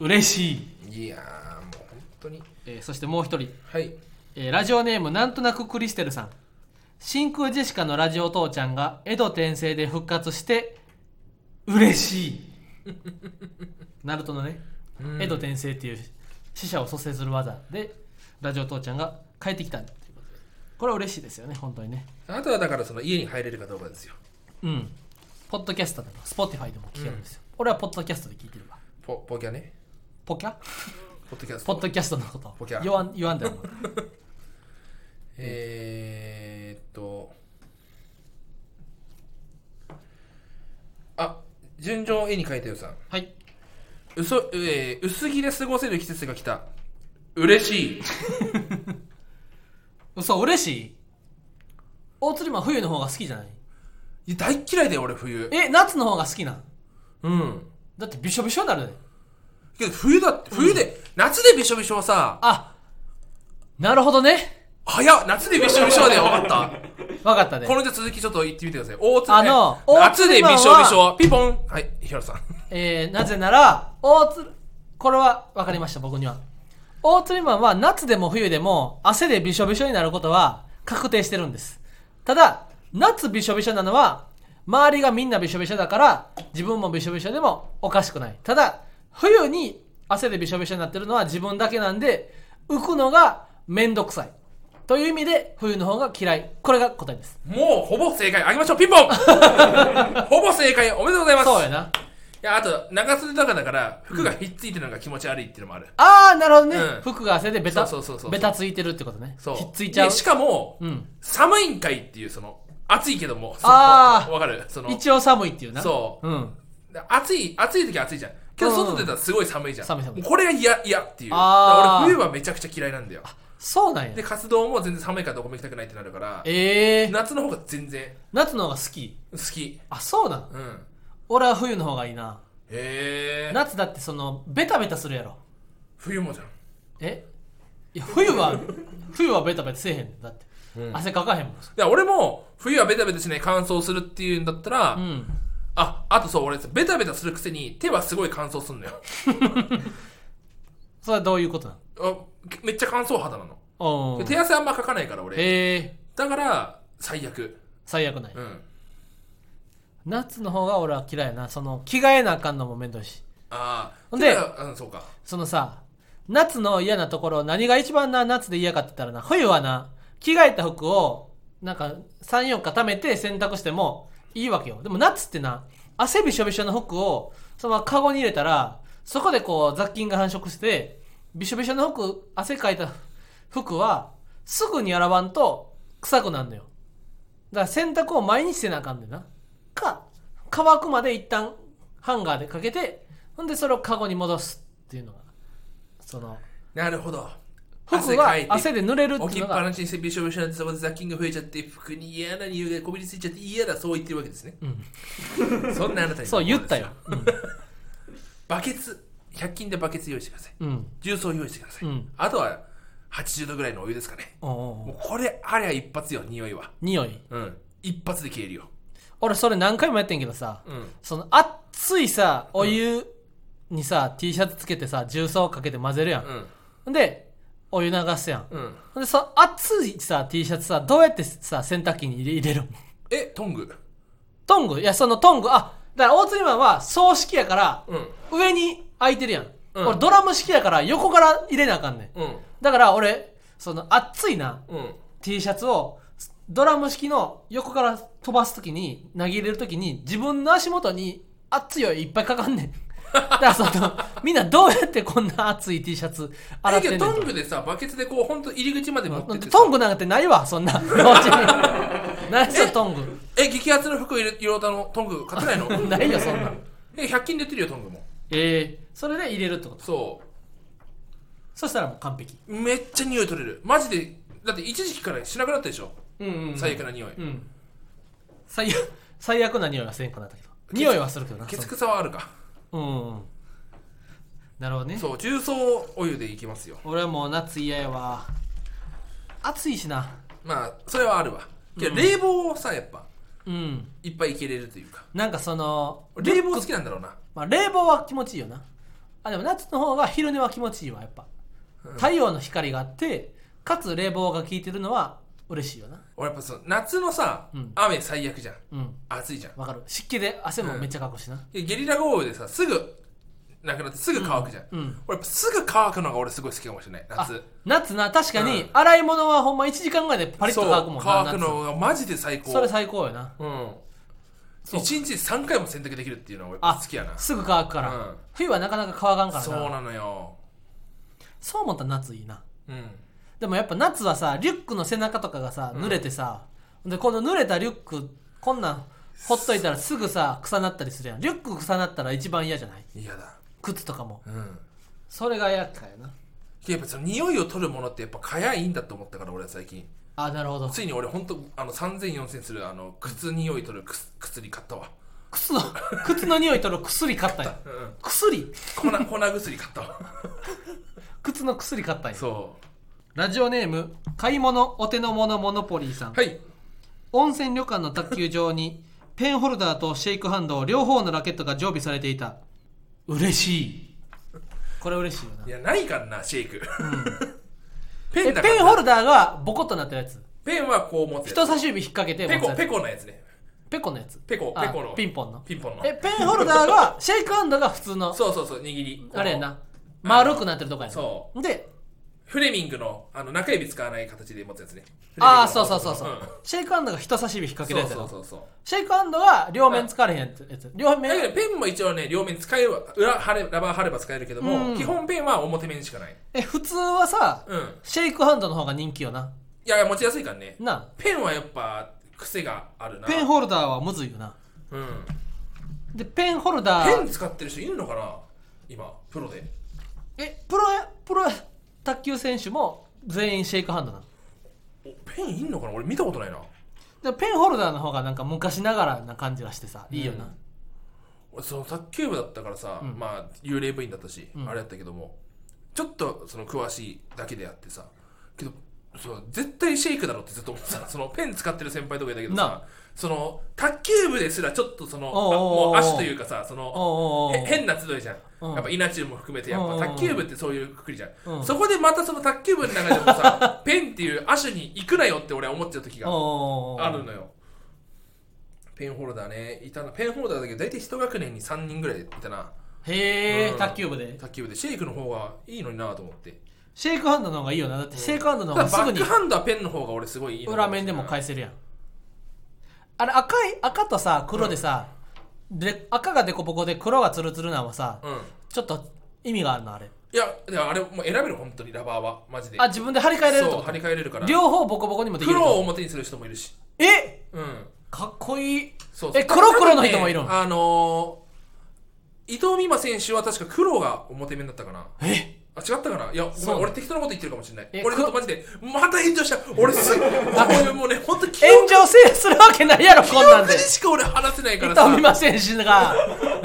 [SPEAKER 1] 嬉しい、
[SPEAKER 2] いやー、もう本当に。
[SPEAKER 1] えーそしてもう一人
[SPEAKER 2] はい。
[SPEAKER 1] えーラジオネームなんとなくクリステルさん真空ジェシカのラジオ父ちゃんが江戸転生で復活して嬉し いナルトのね、
[SPEAKER 2] うん
[SPEAKER 1] 江戸転生っていう死者を蘇生する技でラジオ父ちゃんが帰ってきたっていうことでこれは嬉しいですよね本当にね
[SPEAKER 2] あとはだから、その家に入れるかどうかですよ。
[SPEAKER 1] うんポッドキャストでも Spotify でも聞けるんですよ、俺はポッドキャストで聞いてるわ
[SPEAKER 2] ポポキャね。
[SPEAKER 1] ポキャ
[SPEAKER 2] ポッドキャスト。
[SPEAKER 1] ポッドキャストのこと
[SPEAKER 2] ポキャ
[SPEAKER 1] 言わん言わんで も
[SPEAKER 2] えー、っと。あ、順調を絵に描いたよさん。
[SPEAKER 1] はい
[SPEAKER 2] 嘘えー薄着で過ごせる季節が来た嬉しい
[SPEAKER 1] 嘘嬉しい大釣りマン冬の方が好きじゃない
[SPEAKER 2] いや大っ嫌いだよ俺冬
[SPEAKER 1] え夏の方が好きなん
[SPEAKER 2] うん
[SPEAKER 1] だってびしょびしょになるで
[SPEAKER 2] けど冬だって冬で、夏でびしょびしょはさ
[SPEAKER 1] あなるほどね
[SPEAKER 2] 早っ夏でびしょびしょで分か った
[SPEAKER 1] わかったね
[SPEAKER 2] このじゃ続きちょっと言ってみてください大津
[SPEAKER 1] あの
[SPEAKER 2] 夏でびしょびし
[SPEAKER 1] 大
[SPEAKER 2] ょピポンはいひろさん
[SPEAKER 1] えー、なぜなら大鶴これはわかりました僕には大釣りマンは夏でも冬でも汗でびしょびしょになることは確定してるんですただ夏びしょびしょなのは周りがみんなびしょびしょだから自分もびしょびしょでもおかしくないただ冬に汗でびしょびしょになってるのは自分だけなんで浮くのがめんどくさいという意味で冬の方が嫌いこれが答えです
[SPEAKER 2] もうほぼ正解あげましょう ピンポンほぼ正解おめでとうございます
[SPEAKER 1] そうやない
[SPEAKER 2] やあと長袖とかだから服がひっついてるのが気持ち悪いっていうのもある、
[SPEAKER 1] ああなるほどね、
[SPEAKER 2] うん
[SPEAKER 1] 服が汗でベタ
[SPEAKER 2] そうそうそうそう
[SPEAKER 1] ベタついてるってことね
[SPEAKER 2] そう
[SPEAKER 1] ひっついちゃう
[SPEAKER 2] でしかも、
[SPEAKER 1] うん
[SPEAKER 2] 寒いんかいっていうその暑いけどもその
[SPEAKER 1] あー
[SPEAKER 2] わかるその
[SPEAKER 1] 一応寒いっていうな、
[SPEAKER 2] そう
[SPEAKER 1] ん、
[SPEAKER 2] 暑い暑い時は暑いじゃんけど
[SPEAKER 1] うんうん
[SPEAKER 2] 外出たらすごい寒いじゃん、
[SPEAKER 1] 寒い寒い
[SPEAKER 2] もうこれが嫌嫌っていうだ
[SPEAKER 1] あー
[SPEAKER 2] から俺冬はめちゃくちゃ嫌いなんだよ
[SPEAKER 1] そうなんや
[SPEAKER 2] で活動も全然寒いからどこも行きたくないってなるから
[SPEAKER 1] ええ
[SPEAKER 2] 夏の方が全然
[SPEAKER 1] 夏の方が好き
[SPEAKER 2] 好き
[SPEAKER 1] あそうなん
[SPEAKER 2] うん
[SPEAKER 1] 俺は冬の方がいいな
[SPEAKER 2] へえ
[SPEAKER 1] 夏だってそのベタベタするやろ
[SPEAKER 2] 冬もじゃん
[SPEAKER 1] えいや冬 は冬はベタベタせえへんだって、汗かかへんもん
[SPEAKER 2] いや俺も冬はベタベタしない乾燥するっていうんだったら、
[SPEAKER 1] うん
[SPEAKER 2] ああとそう俺ベタベタするくせに手はすごい乾燥すんのよ
[SPEAKER 1] それはどういうことな
[SPEAKER 2] あめっちゃ乾燥肌なの、
[SPEAKER 1] のう
[SPEAKER 2] で
[SPEAKER 1] ん
[SPEAKER 2] 手汗あんまかかないから俺、
[SPEAKER 1] ええ
[SPEAKER 2] だから最悪
[SPEAKER 1] 最悪ない、
[SPEAKER 2] うん
[SPEAKER 1] 夏の方が俺は嫌いやなその着替えなあかんのもめんどいし
[SPEAKER 2] ああ
[SPEAKER 1] ほんで
[SPEAKER 2] うんそうか
[SPEAKER 1] そのさ夏の嫌なところ何が一番な夏で嫌かって言ったらな冬はな着替えた服をなんか34日貯めて洗濯してもいいわけよでも夏ってな汗びしょびしょの服をそのままカゴに入れたらそこでこう雑菌が繁殖してびしょびしょの服汗かいた服はすぐに洗わんと臭くなるのよだから洗濯を毎日せなあかんねんなか乾くまで一旦ハンガーでかけてほんでそれをカゴに戻すっていうのがその
[SPEAKER 2] なるほど
[SPEAKER 1] 服は
[SPEAKER 2] かいて
[SPEAKER 1] 汗で濡れるって
[SPEAKER 2] 置
[SPEAKER 1] いう
[SPEAKER 2] きっ
[SPEAKER 1] の
[SPEAKER 2] ぱ
[SPEAKER 1] が
[SPEAKER 2] なしにしてびしょびしょになってそこで雑菌が増えちゃって服に嫌な匂いがこびりついちゃって嫌だそう言ってるわけですね、 そんなあなたに
[SPEAKER 1] そう言ったよ
[SPEAKER 2] バケツ100均でバケツ用意してください
[SPEAKER 1] うん
[SPEAKER 2] 重曹用意してください、
[SPEAKER 1] うん
[SPEAKER 2] あとは80度ぐらいのお湯ですかね
[SPEAKER 1] おうおうお
[SPEAKER 2] も
[SPEAKER 1] う
[SPEAKER 2] うこれありゃ一発よ匂いは
[SPEAKER 1] 匂い
[SPEAKER 2] うん一発で消えるよ
[SPEAKER 1] 俺それ何回もやってんけどさ
[SPEAKER 2] うん
[SPEAKER 1] その熱いさお湯にさ、T シャツつけてさ重曹かけて混ぜるやん、
[SPEAKER 2] うん
[SPEAKER 1] ほんでお湯流すやん、
[SPEAKER 2] うん
[SPEAKER 1] ほんでさ熱いさ T シャツさどうやってさ洗濯機に入れ入れるん
[SPEAKER 2] えトング
[SPEAKER 1] トングいや、そのトング、あ、だから大釣りマンは葬式やから、
[SPEAKER 2] うん
[SPEAKER 1] 上に空いてるやん。
[SPEAKER 2] うん
[SPEAKER 1] 俺ドラム式やから横から入れなあかんねん。
[SPEAKER 2] うん
[SPEAKER 1] だから俺、その熱いな
[SPEAKER 2] うん
[SPEAKER 1] T シャツを、ドラム式の横から飛ばすときに、投げ入れるときに、自分の足元に熱いよいっぱいかかんね ん。だからその、みんなどうやってこんな熱い T シャツ洗
[SPEAKER 2] だ
[SPEAKER 1] ってんね
[SPEAKER 2] け
[SPEAKER 1] ん
[SPEAKER 2] ど
[SPEAKER 1] と
[SPEAKER 2] トングでさバケツでこう本当入り口まで持ってってさ
[SPEAKER 1] トングなんてないわ、そんな。同 時に。何そのトング。
[SPEAKER 2] え激アツの服入れ色たのトング買ってないの
[SPEAKER 1] ないよ、そんなん。
[SPEAKER 2] え100均で売ってるよトングも
[SPEAKER 1] ええそれで入れるってこと
[SPEAKER 2] そ
[SPEAKER 1] そしたらもう完璧
[SPEAKER 2] うめっちゃ匂い取れるマジでだって一時期からしなくなったでしょ、
[SPEAKER 1] うんうん、
[SPEAKER 2] 最悪な匂い、
[SPEAKER 1] うん最悪最悪な匂いはせんくなったけど匂いはするけどな
[SPEAKER 2] ケツ臭はあるか
[SPEAKER 1] そのうんうんなるほどね
[SPEAKER 2] そう重曹お湯でいきますよ
[SPEAKER 1] 俺はもう夏嫌やわ暑いしな
[SPEAKER 2] まあそれはあるわけど冷房をさやっぱ
[SPEAKER 1] うん
[SPEAKER 2] いっぱいいけれるというか
[SPEAKER 1] なんかその
[SPEAKER 2] 冷房好きなんだろうな
[SPEAKER 1] まあ、冷房は気持ちいいよなあでも夏の方が昼寝は気持ちいいわやっぱ太陽の光があってかつ冷房が効いてるのは嬉しいよな
[SPEAKER 2] 俺やっぱその夏のさ、
[SPEAKER 1] うん
[SPEAKER 2] 雨最悪じゃん
[SPEAKER 1] うん
[SPEAKER 2] 暑いじゃん
[SPEAKER 1] わかる湿気で汗もめっちゃかくしな
[SPEAKER 2] でゲリラ豪雨でさすぐなくなってすぐ乾くじゃん、
[SPEAKER 1] うんうん
[SPEAKER 2] 俺やっぱすぐ乾くのが俺すごい好きかもしれない夏
[SPEAKER 1] 夏な確かに、
[SPEAKER 2] うん
[SPEAKER 1] 洗い物はほんま1時間ぐらいでパリッと乾くもん
[SPEAKER 2] そう
[SPEAKER 1] な
[SPEAKER 2] 乾くのがマジで最
[SPEAKER 1] 夏
[SPEAKER 2] 高
[SPEAKER 1] それ最高よな
[SPEAKER 2] うん
[SPEAKER 1] そう
[SPEAKER 2] 一日3回も洗濯できるっていうのは俺
[SPEAKER 1] あ
[SPEAKER 2] 好きやな
[SPEAKER 1] すぐ乾くから、
[SPEAKER 2] うん
[SPEAKER 1] 冬はなかなか乾かんからな
[SPEAKER 2] そ
[SPEAKER 1] そうう
[SPEAKER 2] なのよ
[SPEAKER 1] 思ったら夏いいな
[SPEAKER 2] うん
[SPEAKER 1] でもやっぱ夏はさリュックの背中とかがさ濡れてさ、でこの濡れたリュックこんなんほっといたらすぐさ臭なったりするやんリュック臭なったら一番嫌じゃない
[SPEAKER 2] 嫌だ
[SPEAKER 1] 靴とかも
[SPEAKER 2] うん
[SPEAKER 1] それが厄介やな
[SPEAKER 2] やっぱその匂いを取るものってやっぱ蚊帳いいんだと思ったから俺は最近
[SPEAKER 1] あなるほど
[SPEAKER 2] ついに俺ほんとあの30004000するあの靴匂い取る靴薬買ったわ
[SPEAKER 1] 靴の靴の匂いとる薬買った よ
[SPEAKER 2] うん
[SPEAKER 1] 薬
[SPEAKER 2] 粉 粉薬買ったわ
[SPEAKER 1] 靴の薬買ったよ
[SPEAKER 2] そ
[SPEAKER 1] ラジオネーム買い物お手の物モノポリーさん
[SPEAKER 2] うはい
[SPEAKER 1] 温泉旅館の卓球場にペンホルダーとシェイクハンド両方のラケットが常備されていた嬉しいこれ嬉しいよない
[SPEAKER 2] やないからなシェイク、ペ
[SPEAKER 1] え
[SPEAKER 2] ンだから
[SPEAKER 1] ペンホルダーがボコッとなったやつ
[SPEAKER 2] ペンはこう持って
[SPEAKER 1] 人差し指引っ掛けて
[SPEAKER 2] ペ
[SPEAKER 1] 持
[SPEAKER 2] コ
[SPEAKER 1] つや
[SPEAKER 2] ペ
[SPEAKER 1] つ
[SPEAKER 2] コのやつね
[SPEAKER 1] ペコのやつ
[SPEAKER 2] ペコ
[SPEAKER 1] あ
[SPEAKER 2] ペコの
[SPEAKER 1] ピンポンの
[SPEAKER 2] ピンポンの
[SPEAKER 1] えペンホルダーがシェイクハンドが普通の
[SPEAKER 2] そうそうそう握り
[SPEAKER 1] あれやな丸くなってるとこやな
[SPEAKER 2] そ
[SPEAKER 1] で
[SPEAKER 2] フレミングのあの中指使わない形で持つやつね
[SPEAKER 1] ああそうそうそうそう、
[SPEAKER 2] ん
[SPEAKER 1] シェイクハンドが人差し指引っ掛けるやつや
[SPEAKER 2] そ
[SPEAKER 1] ろ
[SPEAKER 2] うそうそうそう
[SPEAKER 1] シェイクハンドは両面使われへんやつやつ両面
[SPEAKER 2] だけどペンも一応ね両面使える裏貼れラバー貼れば使えるけども、
[SPEAKER 1] うん
[SPEAKER 2] 基本ペンは表面しかない
[SPEAKER 1] え普通はさ
[SPEAKER 2] うん
[SPEAKER 1] シェイクハンドの方が人気よない
[SPEAKER 2] やいや持ちやすいからね
[SPEAKER 1] なあ
[SPEAKER 2] ペンはやっぱ癖があるな
[SPEAKER 1] ペンホルダーはむずいよな
[SPEAKER 2] うん、
[SPEAKER 1] でペンホルダ
[SPEAKER 2] ペ
[SPEAKER 1] ー
[SPEAKER 2] ン使ってる人いるのかな今プロで
[SPEAKER 1] えプロプロ卓球選手も全員シェイクハンドなの
[SPEAKER 2] おペンいんのかな俺見たことないな
[SPEAKER 1] でペンホルダーの方がなんか昔ながらな感じがしてさいいよな、
[SPEAKER 2] 俺その卓球部だったからさ、
[SPEAKER 1] ん
[SPEAKER 2] まあ幽霊部員だったし、
[SPEAKER 1] ん
[SPEAKER 2] あれだったけどもちょっとその詳しいだけであってさけどその絶対シェイクだろってずっと思っ てたそのペン使ってる先輩とかいたけど
[SPEAKER 1] な
[SPEAKER 2] さその卓球部ですらちょっとその
[SPEAKER 1] おうおうおう
[SPEAKER 2] あもう足というかさその
[SPEAKER 1] おうおうおう
[SPEAKER 2] へ変な集いじゃん、
[SPEAKER 1] うん
[SPEAKER 2] やっぱ稲中も含めてや
[SPEAKER 1] うんうん
[SPEAKER 2] っ
[SPEAKER 1] うん
[SPEAKER 2] ぱ卓球部ってそういうくくりじゃん、
[SPEAKER 1] うん
[SPEAKER 2] そこでまたその卓球部の中でも さペンっていう亜種に行くなよって俺は思っちゃう時が
[SPEAKER 1] おうおうおう
[SPEAKER 2] あるのよペンホルダーねいたなペンホルダーだけど大体一学年に3人ぐらいいたな
[SPEAKER 1] へえ、
[SPEAKER 2] うん
[SPEAKER 1] 卓球部で
[SPEAKER 2] 卓球部でシェイクの方がいいのになと思って
[SPEAKER 1] シェイクハンドの方がいいよなだってシェイクハンドの
[SPEAKER 2] た
[SPEAKER 1] 方
[SPEAKER 2] だ
[SPEAKER 1] がす
[SPEAKER 2] バ
[SPEAKER 1] ぐに
[SPEAKER 2] ックハンドはペンの方が俺すごいいいのか
[SPEAKER 1] 裏
[SPEAKER 2] もしれ
[SPEAKER 1] 面
[SPEAKER 2] な
[SPEAKER 1] で
[SPEAKER 2] い
[SPEAKER 1] も返せるやんあれ赤い赤とさ黒でさ、で赤がデコボコで黒がツルツルなんはさ、
[SPEAKER 2] うん
[SPEAKER 1] ちょっと意味があるのあれ
[SPEAKER 2] いやでもあれもう選べる本当にラバーはマジで
[SPEAKER 1] あ自分で張り替えれる
[SPEAKER 2] そう
[SPEAKER 1] と
[SPEAKER 2] 張り替えれるから
[SPEAKER 1] 両方ボコボコにもできる
[SPEAKER 2] 黒
[SPEAKER 1] と
[SPEAKER 2] を表にする人もいるし
[SPEAKER 1] え
[SPEAKER 2] うん
[SPEAKER 1] かっこいい
[SPEAKER 2] そう
[SPEAKER 1] え黒黒の人もいるん
[SPEAKER 2] 多分ねあのー、伊藤美誠選手は確か黒が表面だったかな
[SPEAKER 1] え
[SPEAKER 2] あ違ったかないやご
[SPEAKER 1] そう
[SPEAKER 2] め
[SPEAKER 1] なんの
[SPEAKER 2] 俺適当なこと言ってるかもしれない
[SPEAKER 1] え
[SPEAKER 2] 俺ちょっとマジでまた炎上した俺すあ
[SPEAKER 1] あ
[SPEAKER 2] これもうね本当記憶
[SPEAKER 1] 炎上せするわけないやろこんなんで
[SPEAKER 2] にしか俺話せないからさ
[SPEAKER 1] 伊藤美誠選手が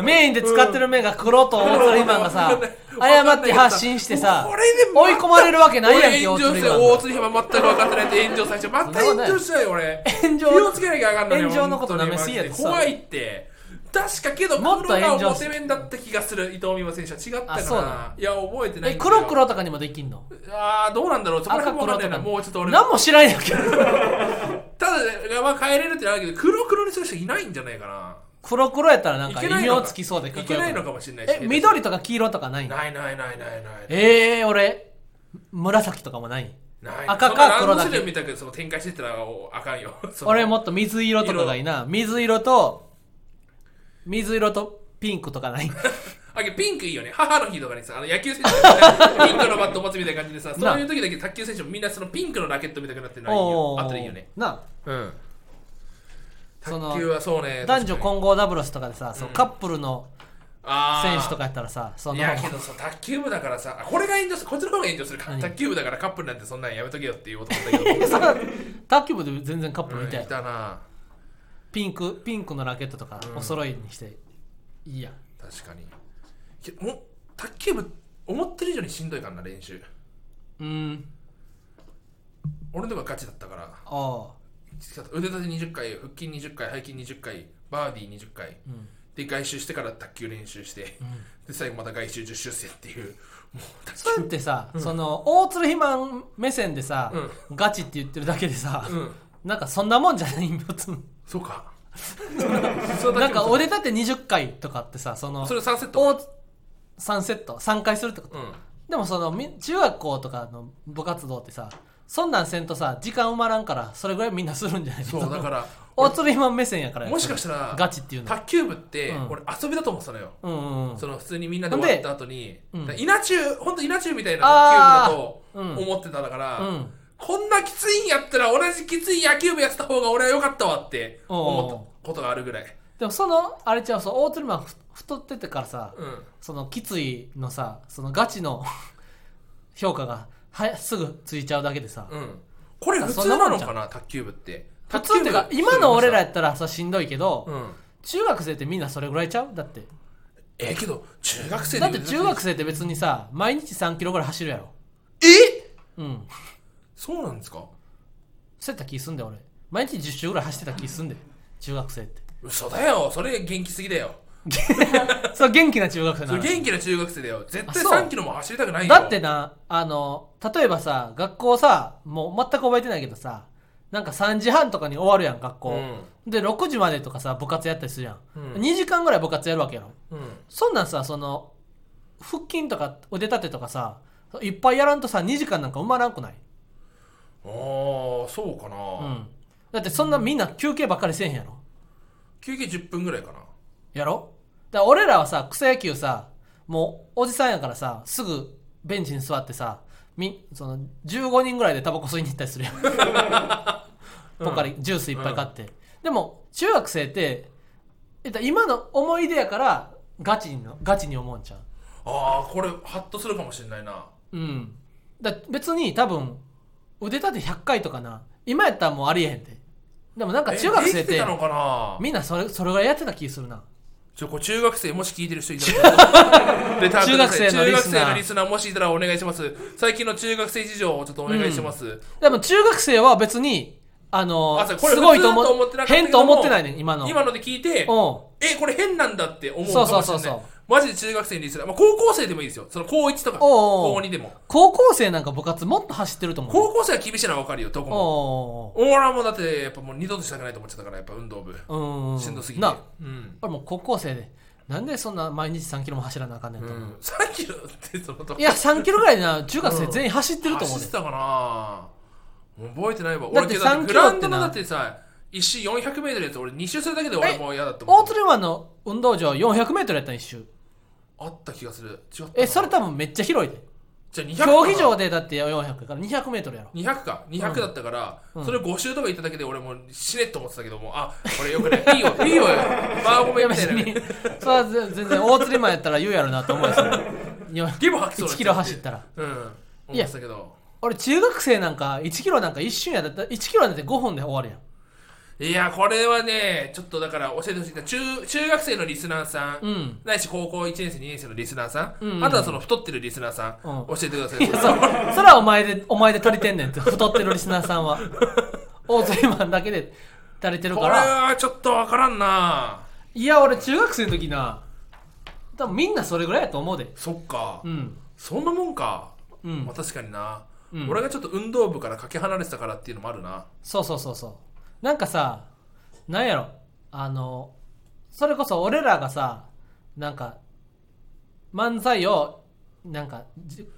[SPEAKER 1] メインで使ってる面が黒と思ってる今がさ 誤って発信してさ
[SPEAKER 2] これでまた
[SPEAKER 1] 追い込まれるわけないやんけ
[SPEAKER 2] 俺炎上して大
[SPEAKER 1] 大
[SPEAKER 2] 津浜全く分かってないって炎上最初また炎上したよ俺
[SPEAKER 1] 炎上
[SPEAKER 2] 気をつけなきゃあかんのに
[SPEAKER 1] 炎上のこと
[SPEAKER 2] 本当に
[SPEAKER 1] 舐めすぎやで
[SPEAKER 2] マジで怖いって確かけど
[SPEAKER 1] もっ
[SPEAKER 2] 黒
[SPEAKER 1] と
[SPEAKER 2] が
[SPEAKER 1] 炎上
[SPEAKER 2] モテ面だった気がする伊藤美誠選手は違った
[SPEAKER 1] あ
[SPEAKER 2] か
[SPEAKER 1] そうな
[SPEAKER 2] な
[SPEAKER 1] の
[SPEAKER 2] いや覚えてない
[SPEAKER 1] え
[SPEAKER 2] んだよ
[SPEAKER 1] 黒黒とかにもできんの
[SPEAKER 2] ああどうなんだろうそこら
[SPEAKER 1] 赤
[SPEAKER 2] 辺も分
[SPEAKER 1] 黒
[SPEAKER 2] か
[SPEAKER 1] と
[SPEAKER 2] んな
[SPEAKER 1] か
[SPEAKER 2] いなもうちょっと俺
[SPEAKER 1] 何も知らんやんけ ど
[SPEAKER 2] ただねまあ変えれるってのはあるけど黒黒にする人いないんじゃないかな
[SPEAKER 1] 黒黒やったらなんか
[SPEAKER 2] いけ
[SPEAKER 1] 異
[SPEAKER 2] ないのか
[SPEAKER 1] 名つきそうでかっ
[SPEAKER 2] い
[SPEAKER 1] こ
[SPEAKER 2] け
[SPEAKER 1] よく
[SPEAKER 2] ないのかもしれないし
[SPEAKER 1] え緑とか黄色とかないの
[SPEAKER 2] ないないないないないない
[SPEAKER 1] ええ俺紫とかもない
[SPEAKER 2] ない
[SPEAKER 1] 赤か
[SPEAKER 2] そん
[SPEAKER 1] 黒だけ
[SPEAKER 2] なランドセルみたくその展開してったらおあかんよそ の
[SPEAKER 1] 俺もっと水色とかがいいな水色と水色とピンクとかない
[SPEAKER 2] あけどピンクいいよね母の日とかにさあの野球選 手がピンクのバットを持つみたいな感じでさそういう時だけ卓球選手もみんなそのピンクのラケットみたいになってるのはいいよ
[SPEAKER 1] ー
[SPEAKER 2] あったらいいよね
[SPEAKER 1] な
[SPEAKER 2] うん
[SPEAKER 1] その
[SPEAKER 2] 卓球はそうね
[SPEAKER 1] 男女
[SPEAKER 2] 確かに
[SPEAKER 1] 混合ダブルスとかでさ、そうカップルの
[SPEAKER 2] あー
[SPEAKER 1] 選手とかやったらさそ
[SPEAKER 2] い
[SPEAKER 1] の
[SPEAKER 2] やけ どさ卓球部だからさあこれが炎上するこっちの方が炎上するから
[SPEAKER 1] 何
[SPEAKER 2] 卓球部だからカップルなんてそんなんやめとけよっていう男 だけど
[SPEAKER 1] さ卓球部で全然カップル
[SPEAKER 2] うん
[SPEAKER 1] みたい、
[SPEAKER 2] いたな
[SPEAKER 1] ピンクピンクのラケットとか
[SPEAKER 2] うん
[SPEAKER 1] お揃いにして、いいやん
[SPEAKER 2] 確かにけも卓球部思ってる以上にしんどいからな練習
[SPEAKER 1] うん
[SPEAKER 2] 俺のとこガチだったから
[SPEAKER 1] あ あ
[SPEAKER 2] 腕立て20回腹筋20回背筋20回バーディー20回
[SPEAKER 1] うん
[SPEAKER 2] で外周してから卓球練習して、
[SPEAKER 1] ん
[SPEAKER 2] で最後また外周10周戦っていうもう
[SPEAKER 1] そ
[SPEAKER 2] 卓
[SPEAKER 1] うやってさ、その大鶴肥満目線でさ、ガチって言ってるだけでさ、
[SPEAKER 2] 球うん
[SPEAKER 1] なんかそんなもんじゃないよつむ
[SPEAKER 2] そう か
[SPEAKER 1] なんか
[SPEAKER 2] 俺
[SPEAKER 1] 俺だって20回とかってさその
[SPEAKER 2] それ3セット
[SPEAKER 1] 大3セット3回するってこと、
[SPEAKER 2] うん
[SPEAKER 1] でもそのみ中学校とかの部活動ってさそんなんせんとさ時間埋まらんからそれぐらいみんなするんじゃない
[SPEAKER 2] そうだから
[SPEAKER 1] 大鶴肥満目線やからや
[SPEAKER 2] もしかしたら
[SPEAKER 1] ガチっていうの
[SPEAKER 2] 卓球部って
[SPEAKER 1] うん
[SPEAKER 2] 俺遊びだと思ってたのよ、
[SPEAKER 1] うんうんうん
[SPEAKER 2] その普通にみんなで終わった後に、
[SPEAKER 1] ほんでうん
[SPEAKER 2] 稲中本当稲中みたいな
[SPEAKER 1] あー
[SPEAKER 2] 卓球部だと思ってただから、
[SPEAKER 1] うん
[SPEAKER 2] こんなきついんやったら同じきつい野球部やってた方が俺は良かったわって思ったことがあるぐらい。
[SPEAKER 1] でもそのあれちゃうそう大鶴肥満ふ太っててからさ、
[SPEAKER 2] うん。
[SPEAKER 1] そのきついのさそのガチの 評価がはすぐついちゃうだけでさ、
[SPEAKER 2] うん。これ普通なのかな卓球部って。
[SPEAKER 1] 普通っていうか今の俺らや
[SPEAKER 2] て。
[SPEAKER 1] ったらさしんどいけど、
[SPEAKER 2] うん。
[SPEAKER 1] 中学生ってみんなそれぐらいちゃうだって
[SPEAKER 2] えーけど中学生で
[SPEAKER 1] だって中学生って別にさ毎日3キロぐらい走るやろ
[SPEAKER 2] え
[SPEAKER 1] うん
[SPEAKER 2] そうなんですか
[SPEAKER 1] そうやった気すんで俺毎日10周ぐらい走ってた気すんで中学生って
[SPEAKER 2] 嘘だよそれ元気すぎだよ。
[SPEAKER 1] そう元気な中学生
[SPEAKER 2] そ
[SPEAKER 1] な
[SPEAKER 2] れ
[SPEAKER 1] の
[SPEAKER 2] 元気な中学生だよ。絶対
[SPEAKER 1] あそう
[SPEAKER 2] 3キロも走りたくないよ。
[SPEAKER 1] だってなあの例えばさ学校さもう全く覚えてないけどさなんか3時半とかに終わるやん学校、で6時までとかさ部活やったりするやん、
[SPEAKER 2] うん
[SPEAKER 1] 2時間ぐらい部活やるわけやろ
[SPEAKER 2] うん。うん。
[SPEAKER 1] そんなんさその腹筋とか腕立てとかさいっぱいやらんとさ2時間なんか埋まらんくない、
[SPEAKER 2] ああ、そうか
[SPEAKER 1] う
[SPEAKER 2] な。
[SPEAKER 1] ん、だってそんなみんな休憩ばっかりせえへんやろ
[SPEAKER 2] 休憩10分ぐらいかな。
[SPEAKER 1] やろだから俺らはさ草野球さもうおじさんやからさすぐベンチに座ってさみその15人ぐらいでタバコ吸いに行ったりするや んポカリジュースいっぱい買って、でも中学生ってえっと今の思い出やからガチにのガチに思うんちゃう
[SPEAKER 2] ああ、これハッとするかもしれないな。
[SPEAKER 1] うん。だ別に多分、腕立て100回とかな今やったらもうありえへんででもなんか中学生
[SPEAKER 2] え
[SPEAKER 1] っ
[SPEAKER 2] でき
[SPEAKER 1] て
[SPEAKER 2] たのかな
[SPEAKER 1] みんなそれそれぐらいやってた気するな
[SPEAKER 2] ちょこれ中学生もし聞いてる人いた らレターください
[SPEAKER 1] 中学生のリスナー
[SPEAKER 2] 中学生のリスナーもしいたらお願いします最近の中学生事情をちょっとお願いします、
[SPEAKER 1] でも中学生は別にあの
[SPEAKER 2] あそうこれ
[SPEAKER 1] すごいと
[SPEAKER 2] 普通だと思
[SPEAKER 1] 思
[SPEAKER 2] っ
[SPEAKER 1] って
[SPEAKER 2] な
[SPEAKER 1] て
[SPEAKER 2] かったけども
[SPEAKER 1] 変と思ってないねん今の
[SPEAKER 2] 今ので聞いて
[SPEAKER 1] う
[SPEAKER 2] えこれ変なんだって思うか
[SPEAKER 1] そうそうそう
[SPEAKER 2] もしれない
[SPEAKER 1] そう
[SPEAKER 2] マジで中学生にリスナー、まあ、高校生でもいいですよその高1とか
[SPEAKER 1] おうおう
[SPEAKER 2] 高2でも
[SPEAKER 1] ん高校生なんか部活もっと走ってると思う
[SPEAKER 2] 高校生は厳しいのは分かるよどこも
[SPEAKER 1] お
[SPEAKER 2] 俺はもうだってやっぱもう二度としたくないと思っちゃったからやっぱ運動部
[SPEAKER 1] うおううん
[SPEAKER 2] しんどすぎて
[SPEAKER 1] な
[SPEAKER 2] うん
[SPEAKER 1] 俺もう高校生でなんでそんな毎日3キロも走らなあかんねん
[SPEAKER 2] う
[SPEAKER 1] と思う、
[SPEAKER 2] ん3キロってそのとこ
[SPEAKER 1] いや3キロぐらいな中学生全員走ってると思う
[SPEAKER 2] 走
[SPEAKER 1] ね
[SPEAKER 2] ってたかなもう覚えてないわ
[SPEAKER 1] だって
[SPEAKER 2] 俺だ
[SPEAKER 1] 3
[SPEAKER 2] グ
[SPEAKER 1] キ
[SPEAKER 2] ラ
[SPEAKER 1] ロ
[SPEAKER 2] ウ
[SPEAKER 1] っ
[SPEAKER 2] ン
[SPEAKER 1] て
[SPEAKER 2] ドの
[SPEAKER 1] な
[SPEAKER 2] だってさ一周 400m やつ俺2周するだけで俺もう嫌だって思
[SPEAKER 1] 大
[SPEAKER 2] った
[SPEAKER 1] 鶴マンの運動場 400m やったん一周
[SPEAKER 2] あった気がする違った
[SPEAKER 1] えそれ多分めっちゃ広いで
[SPEAKER 2] じゃあ200かな
[SPEAKER 1] 競技場でだって400やから 200m やろ
[SPEAKER 2] 200か200だったから、
[SPEAKER 1] うん
[SPEAKER 2] それ5周とか行っただけで俺もう死ねっと思ってたけどもあこれよくない いいよいいよまあご
[SPEAKER 1] い
[SPEAKER 2] め
[SPEAKER 1] や
[SPEAKER 2] んみた
[SPEAKER 1] 別に
[SPEAKER 2] いな
[SPEAKER 1] それは全全然大釣りマンやったら言うやろなと思うよそれよ
[SPEAKER 2] ギブ吐きそう
[SPEAKER 1] 1キロ走ったら
[SPEAKER 2] たうん思ってたけど
[SPEAKER 1] 俺中学生なんか1キロなんか一瞬やだった1キロなんて5分で終わるやん
[SPEAKER 2] いやこれはねちょっとだから教えてほしいな中中学生のリスナーさん、
[SPEAKER 1] うん
[SPEAKER 2] ないし高校1年生2年生のリスナーさん、
[SPEAKER 1] うんうん
[SPEAKER 2] あとはその太ってるリスナーさん、
[SPEAKER 1] うん
[SPEAKER 2] 教えてくださ
[SPEAKER 1] い
[SPEAKER 2] い
[SPEAKER 1] やそそれはお前でお前で足りてんねんって太ってるリスナーさん は大釣りマンだけで足りてる
[SPEAKER 2] こ
[SPEAKER 1] か
[SPEAKER 2] れ
[SPEAKER 1] ら
[SPEAKER 2] はちょっとわからんない
[SPEAKER 1] や俺中学生の時な多分みんなそれぐらいやと思うで
[SPEAKER 2] そっか、
[SPEAKER 1] うん
[SPEAKER 2] そんなもんか、
[SPEAKER 1] うん
[SPEAKER 2] まあ、確かにな、
[SPEAKER 1] うん
[SPEAKER 2] 俺がちょっと運動部からかけ離れてたからっていうのもあるな
[SPEAKER 1] そうそうそうそうなんかさなんやろあのそれこそ俺らがさなんか漫才をなんかじ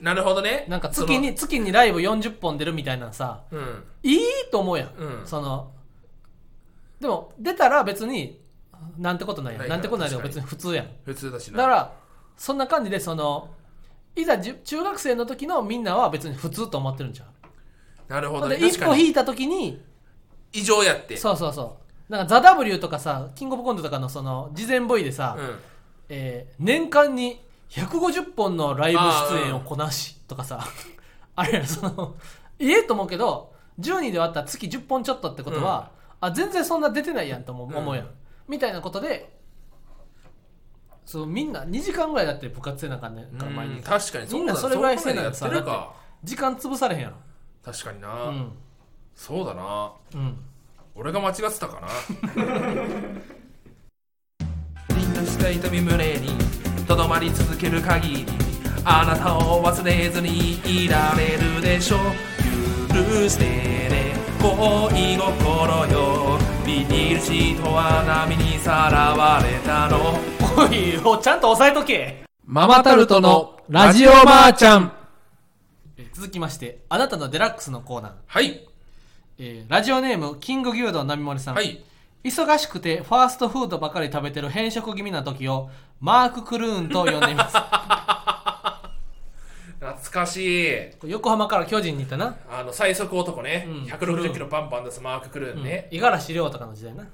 [SPEAKER 2] なるほどね
[SPEAKER 1] なんか月に月にライブ40本出るみたいなのさ
[SPEAKER 2] そのうん
[SPEAKER 1] いいと思うやん、
[SPEAKER 2] うん
[SPEAKER 1] そのでも出たら別になんてことないや
[SPEAKER 2] な
[SPEAKER 1] ん
[SPEAKER 2] いか
[SPEAKER 1] な
[SPEAKER 2] ら
[SPEAKER 1] んてことないよ
[SPEAKER 2] 確かに
[SPEAKER 1] 別に普通やん
[SPEAKER 2] 普通だしな
[SPEAKER 1] だからそんな感じでそのいざじゅ中学生の時のみんなは別に普通と思ってるんちゃう
[SPEAKER 2] なるほ
[SPEAKER 1] ほ
[SPEAKER 2] ど
[SPEAKER 1] ん
[SPEAKER 2] ね
[SPEAKER 1] で
[SPEAKER 2] 確
[SPEAKER 1] 一歩
[SPEAKER 2] かに
[SPEAKER 1] 引いた時に
[SPEAKER 2] 異常やって
[SPEAKER 1] そうそうそうなんか「ザ・ w とかさ「キングオブコント」とかのその事前 V でさ、
[SPEAKER 2] うん
[SPEAKER 1] えー年間に150本のライブ出演をこなしとかさ あれやそのええと思うけど10人で割ったら月10本ちょっとってことは、あ全然そんな出てないやんと思う,、
[SPEAKER 2] うん
[SPEAKER 1] 思うやんみたいなことでそうみんな2時間ぐらいだって部活せなあかんねんから毎
[SPEAKER 2] うん
[SPEAKER 1] 日
[SPEAKER 2] 確かに
[SPEAKER 1] み
[SPEAKER 2] うんだ
[SPEAKER 1] なそれぐらいせな
[SPEAKER 2] や
[SPEAKER 1] あ
[SPEAKER 2] って
[SPEAKER 1] さ
[SPEAKER 2] る
[SPEAKER 1] だ
[SPEAKER 2] か
[SPEAKER 1] 時間潰されへんや
[SPEAKER 2] 確かにな、
[SPEAKER 1] ろうん
[SPEAKER 2] そうだな
[SPEAKER 1] うん
[SPEAKER 2] 俺が間違ってたかなみんなした痛み胸にとどまり続ける限りあなたを忘れずにいられるでしょう許してね恋心よビニールシートは波にさらわれたの
[SPEAKER 1] おいおちゃんと押さえとけ
[SPEAKER 2] マ
[SPEAKER 1] マタルトのラジオばあちゃんえ続きましてあなたのデラックスのコーナー
[SPEAKER 2] はい
[SPEAKER 1] えーラジオネームキング牛丼並盛さん、
[SPEAKER 2] はい
[SPEAKER 1] 忙しくてファーストフードばかり食べてる偏食気味な時をマーク・クルーンと呼んでい ます
[SPEAKER 2] 懐かしい
[SPEAKER 1] 横浜から巨人に行ったな
[SPEAKER 2] あの最速男ね、
[SPEAKER 1] うん
[SPEAKER 2] 160キロバンバン出すマーク・クルーンね、
[SPEAKER 1] 五十嵐亮とかの時代な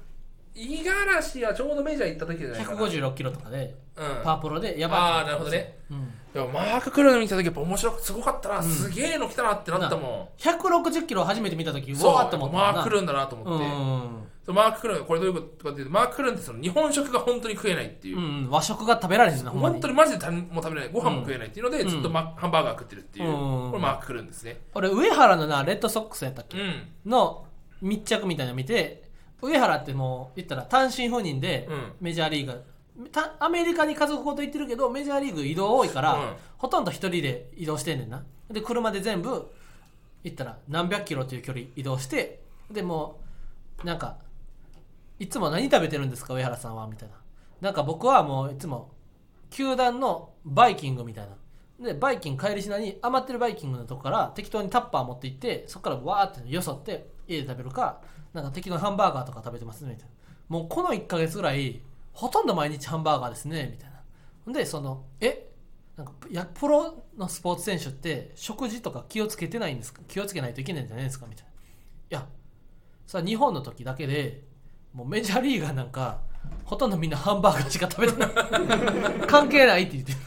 [SPEAKER 2] 五十嵐はちょうどメジャー行った時じゃないかな
[SPEAKER 1] 156キロとかで
[SPEAKER 2] うん、
[SPEAKER 1] パープロでやば
[SPEAKER 2] あ
[SPEAKER 1] い
[SPEAKER 2] あなるほどね
[SPEAKER 1] うん、
[SPEAKER 2] でもマーク・クルーン見た時やっぱ面白くすごかったな、すげえの来たなってなったも
[SPEAKER 1] 160キロ初めて見た時
[SPEAKER 2] ん
[SPEAKER 1] う
[SPEAKER 2] そう
[SPEAKER 1] わーって思ったもん
[SPEAKER 2] マ
[SPEAKER 1] な
[SPEAKER 2] ーク・クルーンだなと思って、そうマーク・クルーンこれどういうことかっていうとマーク・クルーンってその日本食が本当に食えないっていう、
[SPEAKER 1] うん、うんうん、和食が食べられへんなほんま
[SPEAKER 2] 本
[SPEAKER 1] に
[SPEAKER 2] 当にマジで何も食べれないご飯も食えないっていうので、ずっとマ、ハンバーガー食ってるっていう、
[SPEAKER 1] うん
[SPEAKER 2] これマーク・クルーンですね
[SPEAKER 1] 俺上原のなレッドソックスやったっけ
[SPEAKER 2] うん
[SPEAKER 1] の密着みたいなの見て上原ってもう言ったら単身赴任で
[SPEAKER 2] うん
[SPEAKER 1] メジャーリーガー、たアメリカに家族ごと行ってるけどメジャーリーグ移動多いから、
[SPEAKER 2] うん
[SPEAKER 1] ほとんど一人で移動してんねんなで車で全部言ったら何百キロという距離移動してでもうなんかいつも何食べてるんですか上原さんはみたいななんか僕はもういつも球団のバイキングみたいなでバイキング帰りしなに余ってるバイキングのとこから適当にタッパー持って行ってそこからわーってよそって家で食べるかなんか適当にハンバーガーとか食べてますねみたいなもうこの1ヶ月ぐらいほとんど毎日ハンバーガーですねみたいなほんでそのえなんかやプロのスポーツ選手って食事とか気をつけてないんですか気をつけないといけないんじゃないですかみたいないやそれは日本の時だけでもうメジャーリーガーなんかほとんどみんなハンバーガーしか食べてない 関係ないって言ってる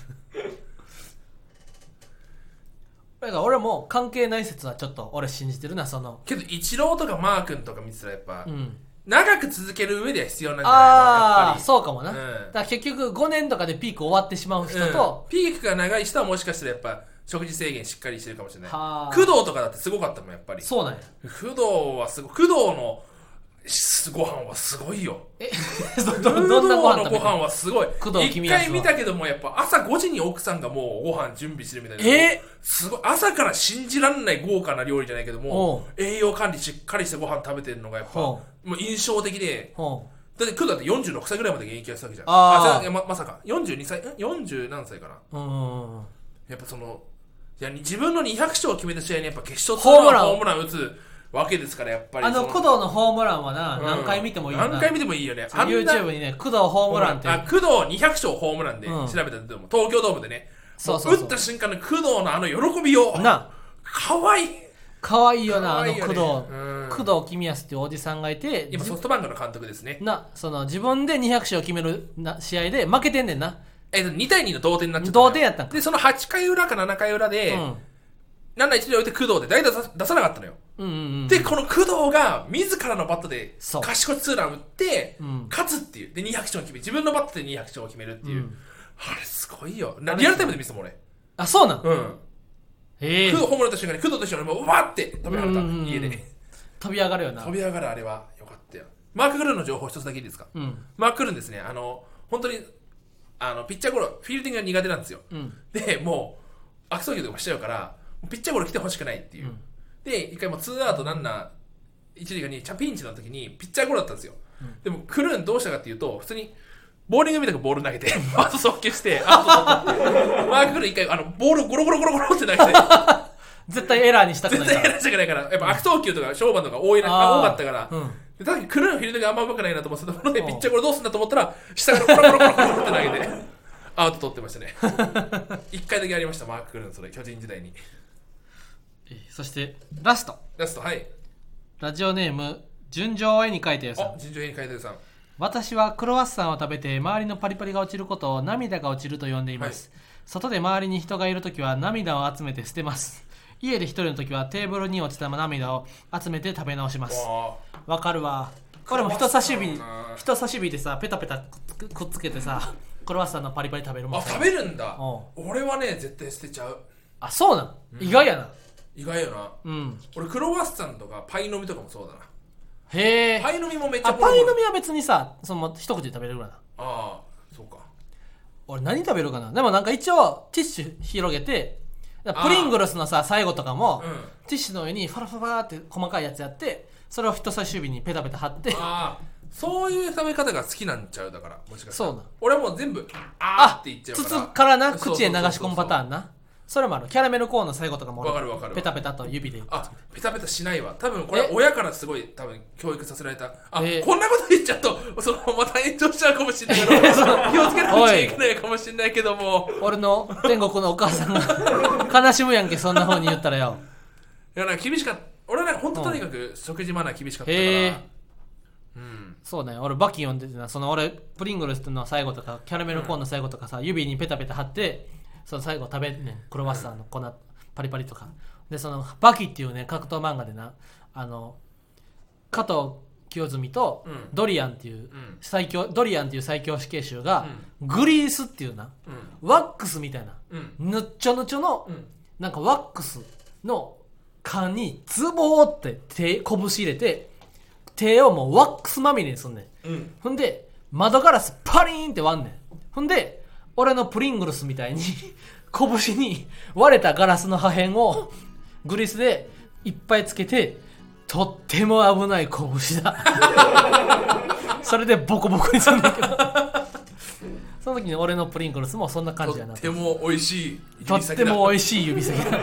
[SPEAKER 1] だから俺も関係ない説はちょっと俺信じてるなその
[SPEAKER 2] けどイチローとかマー君とか見てたらやっぱ、
[SPEAKER 1] うん
[SPEAKER 2] 長く続ける上では必要なんじゃないかなや
[SPEAKER 1] あ
[SPEAKER 2] っぱ
[SPEAKER 1] あ
[SPEAKER 2] り
[SPEAKER 1] そうかもな、
[SPEAKER 2] うん
[SPEAKER 1] だから結局5年とかでピーク終わってしまう人と、
[SPEAKER 2] うんピークが長い人はもしかしたらやっぱ食事制限しっかりしてるかもしれない
[SPEAKER 1] はあ
[SPEAKER 2] 工藤とかだってすごかったもんやっぱり
[SPEAKER 1] そうなんや
[SPEAKER 2] 工藤はすご工藤のしご飯はすごいよ
[SPEAKER 1] え ど
[SPEAKER 2] 工
[SPEAKER 1] ど
[SPEAKER 2] 藤
[SPEAKER 1] どんな
[SPEAKER 2] の
[SPEAKER 1] ご飯食べ
[SPEAKER 2] ご飯
[SPEAKER 1] た
[SPEAKER 2] はすごい
[SPEAKER 1] 工藤公
[SPEAKER 2] 一
[SPEAKER 1] 康は
[SPEAKER 2] 回見たけどもやっぱ朝5時に奥さんがもうご飯準備してるみたいな
[SPEAKER 1] え
[SPEAKER 2] すごい朝から信じらんない豪華な料理じゃないけど
[SPEAKER 1] おう
[SPEAKER 2] も栄養管理しっかりしてご飯食べてるのがやっぱ
[SPEAKER 1] ほ
[SPEAKER 2] もう印象的で
[SPEAKER 1] ほ
[SPEAKER 2] だって工藤だって46歳ぐらいまで現役やってたわけじゃん
[SPEAKER 1] あー
[SPEAKER 2] じゃいやままさか42歳ん40何歳かな
[SPEAKER 1] ううん
[SPEAKER 2] やっぱそのいや自分の200勝を決めた試合にやっぱ決勝
[SPEAKER 1] ホームラン
[SPEAKER 2] ホームラン打つわけですからやっぱり
[SPEAKER 1] あ
[SPEAKER 2] そ
[SPEAKER 1] の工藤のホームランはな、
[SPEAKER 2] うん
[SPEAKER 1] 何回見てもいいよな
[SPEAKER 2] 何回見てもいいよね
[SPEAKER 1] そう YouTube にね工藤ホームランって
[SPEAKER 2] あ工藤200勝ホームランで
[SPEAKER 1] う
[SPEAKER 2] 調
[SPEAKER 1] ん
[SPEAKER 2] べたら出ても東京ドームでね
[SPEAKER 1] そうそうそう
[SPEAKER 2] も打った瞬間の工藤のあの喜びよう
[SPEAKER 1] な
[SPEAKER 2] かわいい
[SPEAKER 1] 可愛いよな
[SPEAKER 2] 可
[SPEAKER 1] あの
[SPEAKER 2] 愛い
[SPEAKER 1] 工
[SPEAKER 2] よね
[SPEAKER 1] 藤、
[SPEAKER 2] うん
[SPEAKER 1] 工藤公康っていうおじさんがいて
[SPEAKER 2] 今
[SPEAKER 1] じ
[SPEAKER 2] ソフトバンクの監督ですね
[SPEAKER 1] なその自分で200勝を決めるな試合で負けてんねんな
[SPEAKER 2] えっと2対2の同点になっちゃった
[SPEAKER 1] 同点やったんか
[SPEAKER 2] でその8回裏か7回裏で、
[SPEAKER 1] うん
[SPEAKER 2] 7 1で置いて工藤で代打出さ出さなかったのよ、
[SPEAKER 1] うんうんうん
[SPEAKER 2] でこの工藤が自らのバットで
[SPEAKER 1] そう
[SPEAKER 2] 賢いツーラン打って、
[SPEAKER 1] うん
[SPEAKER 2] 勝つっていうで200勝を決め自分のバットで200勝を決めるっていう、
[SPEAKER 1] うん
[SPEAKER 2] あれすごいよなリアルタイムで見せたもん俺
[SPEAKER 1] あそうなん
[SPEAKER 2] うん
[SPEAKER 1] ええ
[SPEAKER 2] 工藤ホームラン打った瞬間に工藤と一緒にもうわーって飛び上が
[SPEAKER 1] う
[SPEAKER 2] っ
[SPEAKER 1] ん
[SPEAKER 2] た
[SPEAKER 1] うんうん
[SPEAKER 2] 家で
[SPEAKER 1] 飛び上がるよな
[SPEAKER 2] 飛び上がるあれはよかったよマーク・グルーンの情報一つだけいいですか、
[SPEAKER 1] うん
[SPEAKER 2] マーク・グルーンですねあの本当にあのピッチャーゴロフィールディングが苦手なんですよ、
[SPEAKER 1] うん
[SPEAKER 2] でもう悪送球とかもしちゃうからもうピッチャーゴロ来てほしくないっていう、で一回もうツーアウトランナー一塁がにチャピンチの時にピッチャーゴロだったんですよ、でもクルーンどうしたかっていうと普通にボーリングみたくボール投げてあと速球してあとマーク・グルーン一回あのボールをゴロゴロゴロゴロって投げて
[SPEAKER 1] 絶対エラーにしたくないか
[SPEAKER 2] 絶対
[SPEAKER 1] ら
[SPEAKER 2] やらせてないから、やっぱ悪送球とか勝負とか多いな
[SPEAKER 1] あー
[SPEAKER 2] 多かったから、
[SPEAKER 1] うん
[SPEAKER 2] でただクルーンフィールドがあんま上手くないなと思ってたところで、
[SPEAKER 1] うん
[SPEAKER 2] ピッチャーこれどうすんだと思ったら、下からコロコロコロコロって投げて、アウト取ってましたね。一回だけありました、マーク・クルーン、それ、巨人時代に。
[SPEAKER 1] えーそしてラスト
[SPEAKER 2] ラスト、はい。
[SPEAKER 1] ラジオネーム純情を絵に描いたよさん
[SPEAKER 2] あ、尋常編に書いてるさん。
[SPEAKER 1] 私はクロワッサンを食べて周りのパリパリが落ちることを涙が落ちると呼んでいます、外で周りに人がいるときは涙を集めて捨てます家で一人のときはテーブルに落ちた涙を集めて食べ直します
[SPEAKER 2] わ
[SPEAKER 1] わかるわこれも
[SPEAKER 2] クロ
[SPEAKER 1] 人
[SPEAKER 2] ワッサ
[SPEAKER 1] 差
[SPEAKER 2] ン
[SPEAKER 1] し指
[SPEAKER 2] な
[SPEAKER 1] 人差し指でさペタペタくっくっつけてさクロワッサンのパリパリ食べる
[SPEAKER 2] ー
[SPEAKER 1] もん
[SPEAKER 2] あ、
[SPEAKER 1] さ
[SPEAKER 2] 食べるんだ
[SPEAKER 1] う。
[SPEAKER 2] 俺はね、絶対捨てちゃう。
[SPEAKER 1] あそうなん、意外やな
[SPEAKER 2] 意外よな。
[SPEAKER 1] うん
[SPEAKER 2] 俺、クロワッサンとかパイ飲みとかもそうだな。
[SPEAKER 1] へえ
[SPEAKER 2] パイ飲みもめっちゃ
[SPEAKER 1] あパイ
[SPEAKER 2] ボロボ
[SPEAKER 1] 飲
[SPEAKER 2] ロ
[SPEAKER 1] みは別にさその一口で食べれるからな
[SPEAKER 2] ああ、そうか。
[SPEAKER 1] 俺何食べるかなでもなんか一応ティッシュ広げてプリングルスのさ最後とかも、
[SPEAKER 2] うん
[SPEAKER 1] ティッシュの上にファラファラファラって細かいやつやってそれを人差し指にペタペタ貼って
[SPEAKER 2] ああそういう食べ方が好きなんちゃうだからもしかしたら
[SPEAKER 1] そうなん
[SPEAKER 2] 俺はもう全部あー
[SPEAKER 1] あ
[SPEAKER 2] って言っちゃうから
[SPEAKER 1] 筒からな
[SPEAKER 2] そう
[SPEAKER 1] 口へ流し込むパター
[SPEAKER 2] そうそうそう
[SPEAKER 1] ンなそれもあるキャラメルコーンの最後とかも俺
[SPEAKER 2] わかるわかる
[SPEAKER 1] ペタペタと指で
[SPEAKER 2] あペタペタしないわ多分これは
[SPEAKER 1] え
[SPEAKER 2] 親からすごい多分教育させられたあ、
[SPEAKER 1] え
[SPEAKER 2] こんなこと言っちゃうと そのまた炎上しちゃうかもしれないけど 気をつけな くちゃいけないかもしれないけども
[SPEAKER 1] 俺の天国のお母さんが悲しむやんけそんな風に言ったらよ
[SPEAKER 2] いやなんか厳しかった俺はね本当とにかく食事マナー厳しかったから、
[SPEAKER 1] へえ
[SPEAKER 2] うん
[SPEAKER 1] そうね俺バキ読んでてなその俺プリングルスの最後とかキャラメルコーンの最後とかさ、指にペタペタ貼ってその最後食べんねんクロワッサンの粉、パリパリとかでそのバキっていうね格闘漫画でなあの加藤清澄と
[SPEAKER 2] うん
[SPEAKER 1] ドリアンっていう
[SPEAKER 2] うん
[SPEAKER 1] 最強、ドリアンっていう最強死刑囚が、グリースっていうな
[SPEAKER 2] うん
[SPEAKER 1] ワックスみたいな
[SPEAKER 2] うん
[SPEAKER 1] ぬっちょぬちょの、
[SPEAKER 2] うん
[SPEAKER 1] なんかワックスの缶にズボーって手拳入れて手をもうワックスまみれにすんねん
[SPEAKER 2] うん
[SPEAKER 1] ほんで、窓ガラスパリーンって割んねん。ほんで、俺のプリングルスみたいに、 拳に割れたガラスの破片をグリスでいっぱいつけて、とっても危ない拳だ。 それでボコボコにすんだけど。その時に俺のプリングルスもそんな感
[SPEAKER 2] と
[SPEAKER 1] じやな
[SPEAKER 2] っ。ても美味しい指
[SPEAKER 1] とっ
[SPEAKER 2] 先
[SPEAKER 1] て
[SPEAKER 2] だ
[SPEAKER 1] も美味しい指 先だ。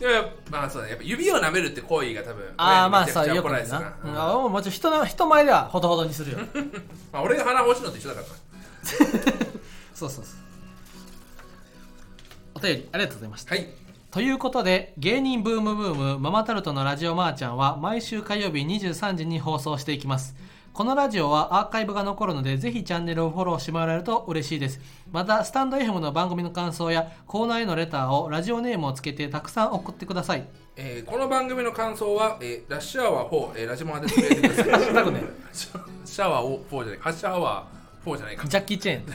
[SPEAKER 2] いやまあそうだねやっぱ指を舐めるって行為が多分
[SPEAKER 1] ああ、まあ
[SPEAKER 2] 親にめちゃ
[SPEAKER 1] さ、
[SPEAKER 2] くちゃ
[SPEAKER 1] よ
[SPEAKER 2] 怒
[SPEAKER 1] く
[SPEAKER 2] ら
[SPEAKER 1] な
[SPEAKER 2] れ
[SPEAKER 1] い
[SPEAKER 2] てた
[SPEAKER 1] な。
[SPEAKER 2] う
[SPEAKER 1] うんんあ俺もちろん人の人前ではほどほどにするよ。
[SPEAKER 2] まあ、俺が鼻欲しいのと一緒だからな
[SPEAKER 1] そうそうそう。お便りありがとうございました。
[SPEAKER 2] はい
[SPEAKER 1] ということで芸人ブームブームママタルトのラジオマーちゃんは毎週火曜日23時に放送していきますこのラジオはアーカイブが残るのでぜひチャンネルをフォローしてもらえると嬉しいですまたスタンド FM の番組の感想やコーナーへのレターをラジオネームをつけてたくさん送ってください
[SPEAKER 2] えーこの番組の感想は、えーラッシュアワー4、えーラジマンでつぶやいてくだ さい。
[SPEAKER 1] 多分ね
[SPEAKER 2] シャシャワーを4じゃないハッシャワー4じゃないか。
[SPEAKER 1] ジャッキー・チェーン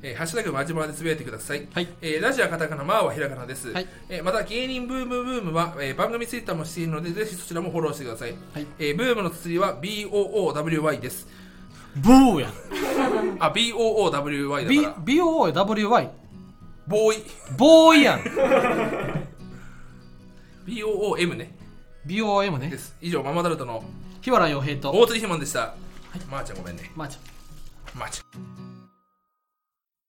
[SPEAKER 2] えー、ハッシュタグマジマでつぶやいてください。
[SPEAKER 1] はい
[SPEAKER 2] えーラジオはカタカナ、マーはひらがなです。
[SPEAKER 1] はい
[SPEAKER 2] えーまた、芸人ブームブームは、えー番組ツイッターもしているので、ぜひそちらもフォローしてください。
[SPEAKER 1] はい
[SPEAKER 2] えーブームの綴りは BOOWY です。
[SPEAKER 1] ブーや
[SPEAKER 2] あ、BOOWY だ
[SPEAKER 1] B-
[SPEAKER 2] から、
[SPEAKER 1] BOOWY
[SPEAKER 2] ボーイ、
[SPEAKER 1] ボーイやん
[SPEAKER 2] BOOM ね。
[SPEAKER 1] BOM
[SPEAKER 2] で
[SPEAKER 1] ね
[SPEAKER 2] す。以上、ママタルトの
[SPEAKER 1] 日原洋平と
[SPEAKER 2] 大鳥ひまんでした。まー、ちゃんごめんね。
[SPEAKER 1] まーちゃん
[SPEAKER 2] まー、ちゃん。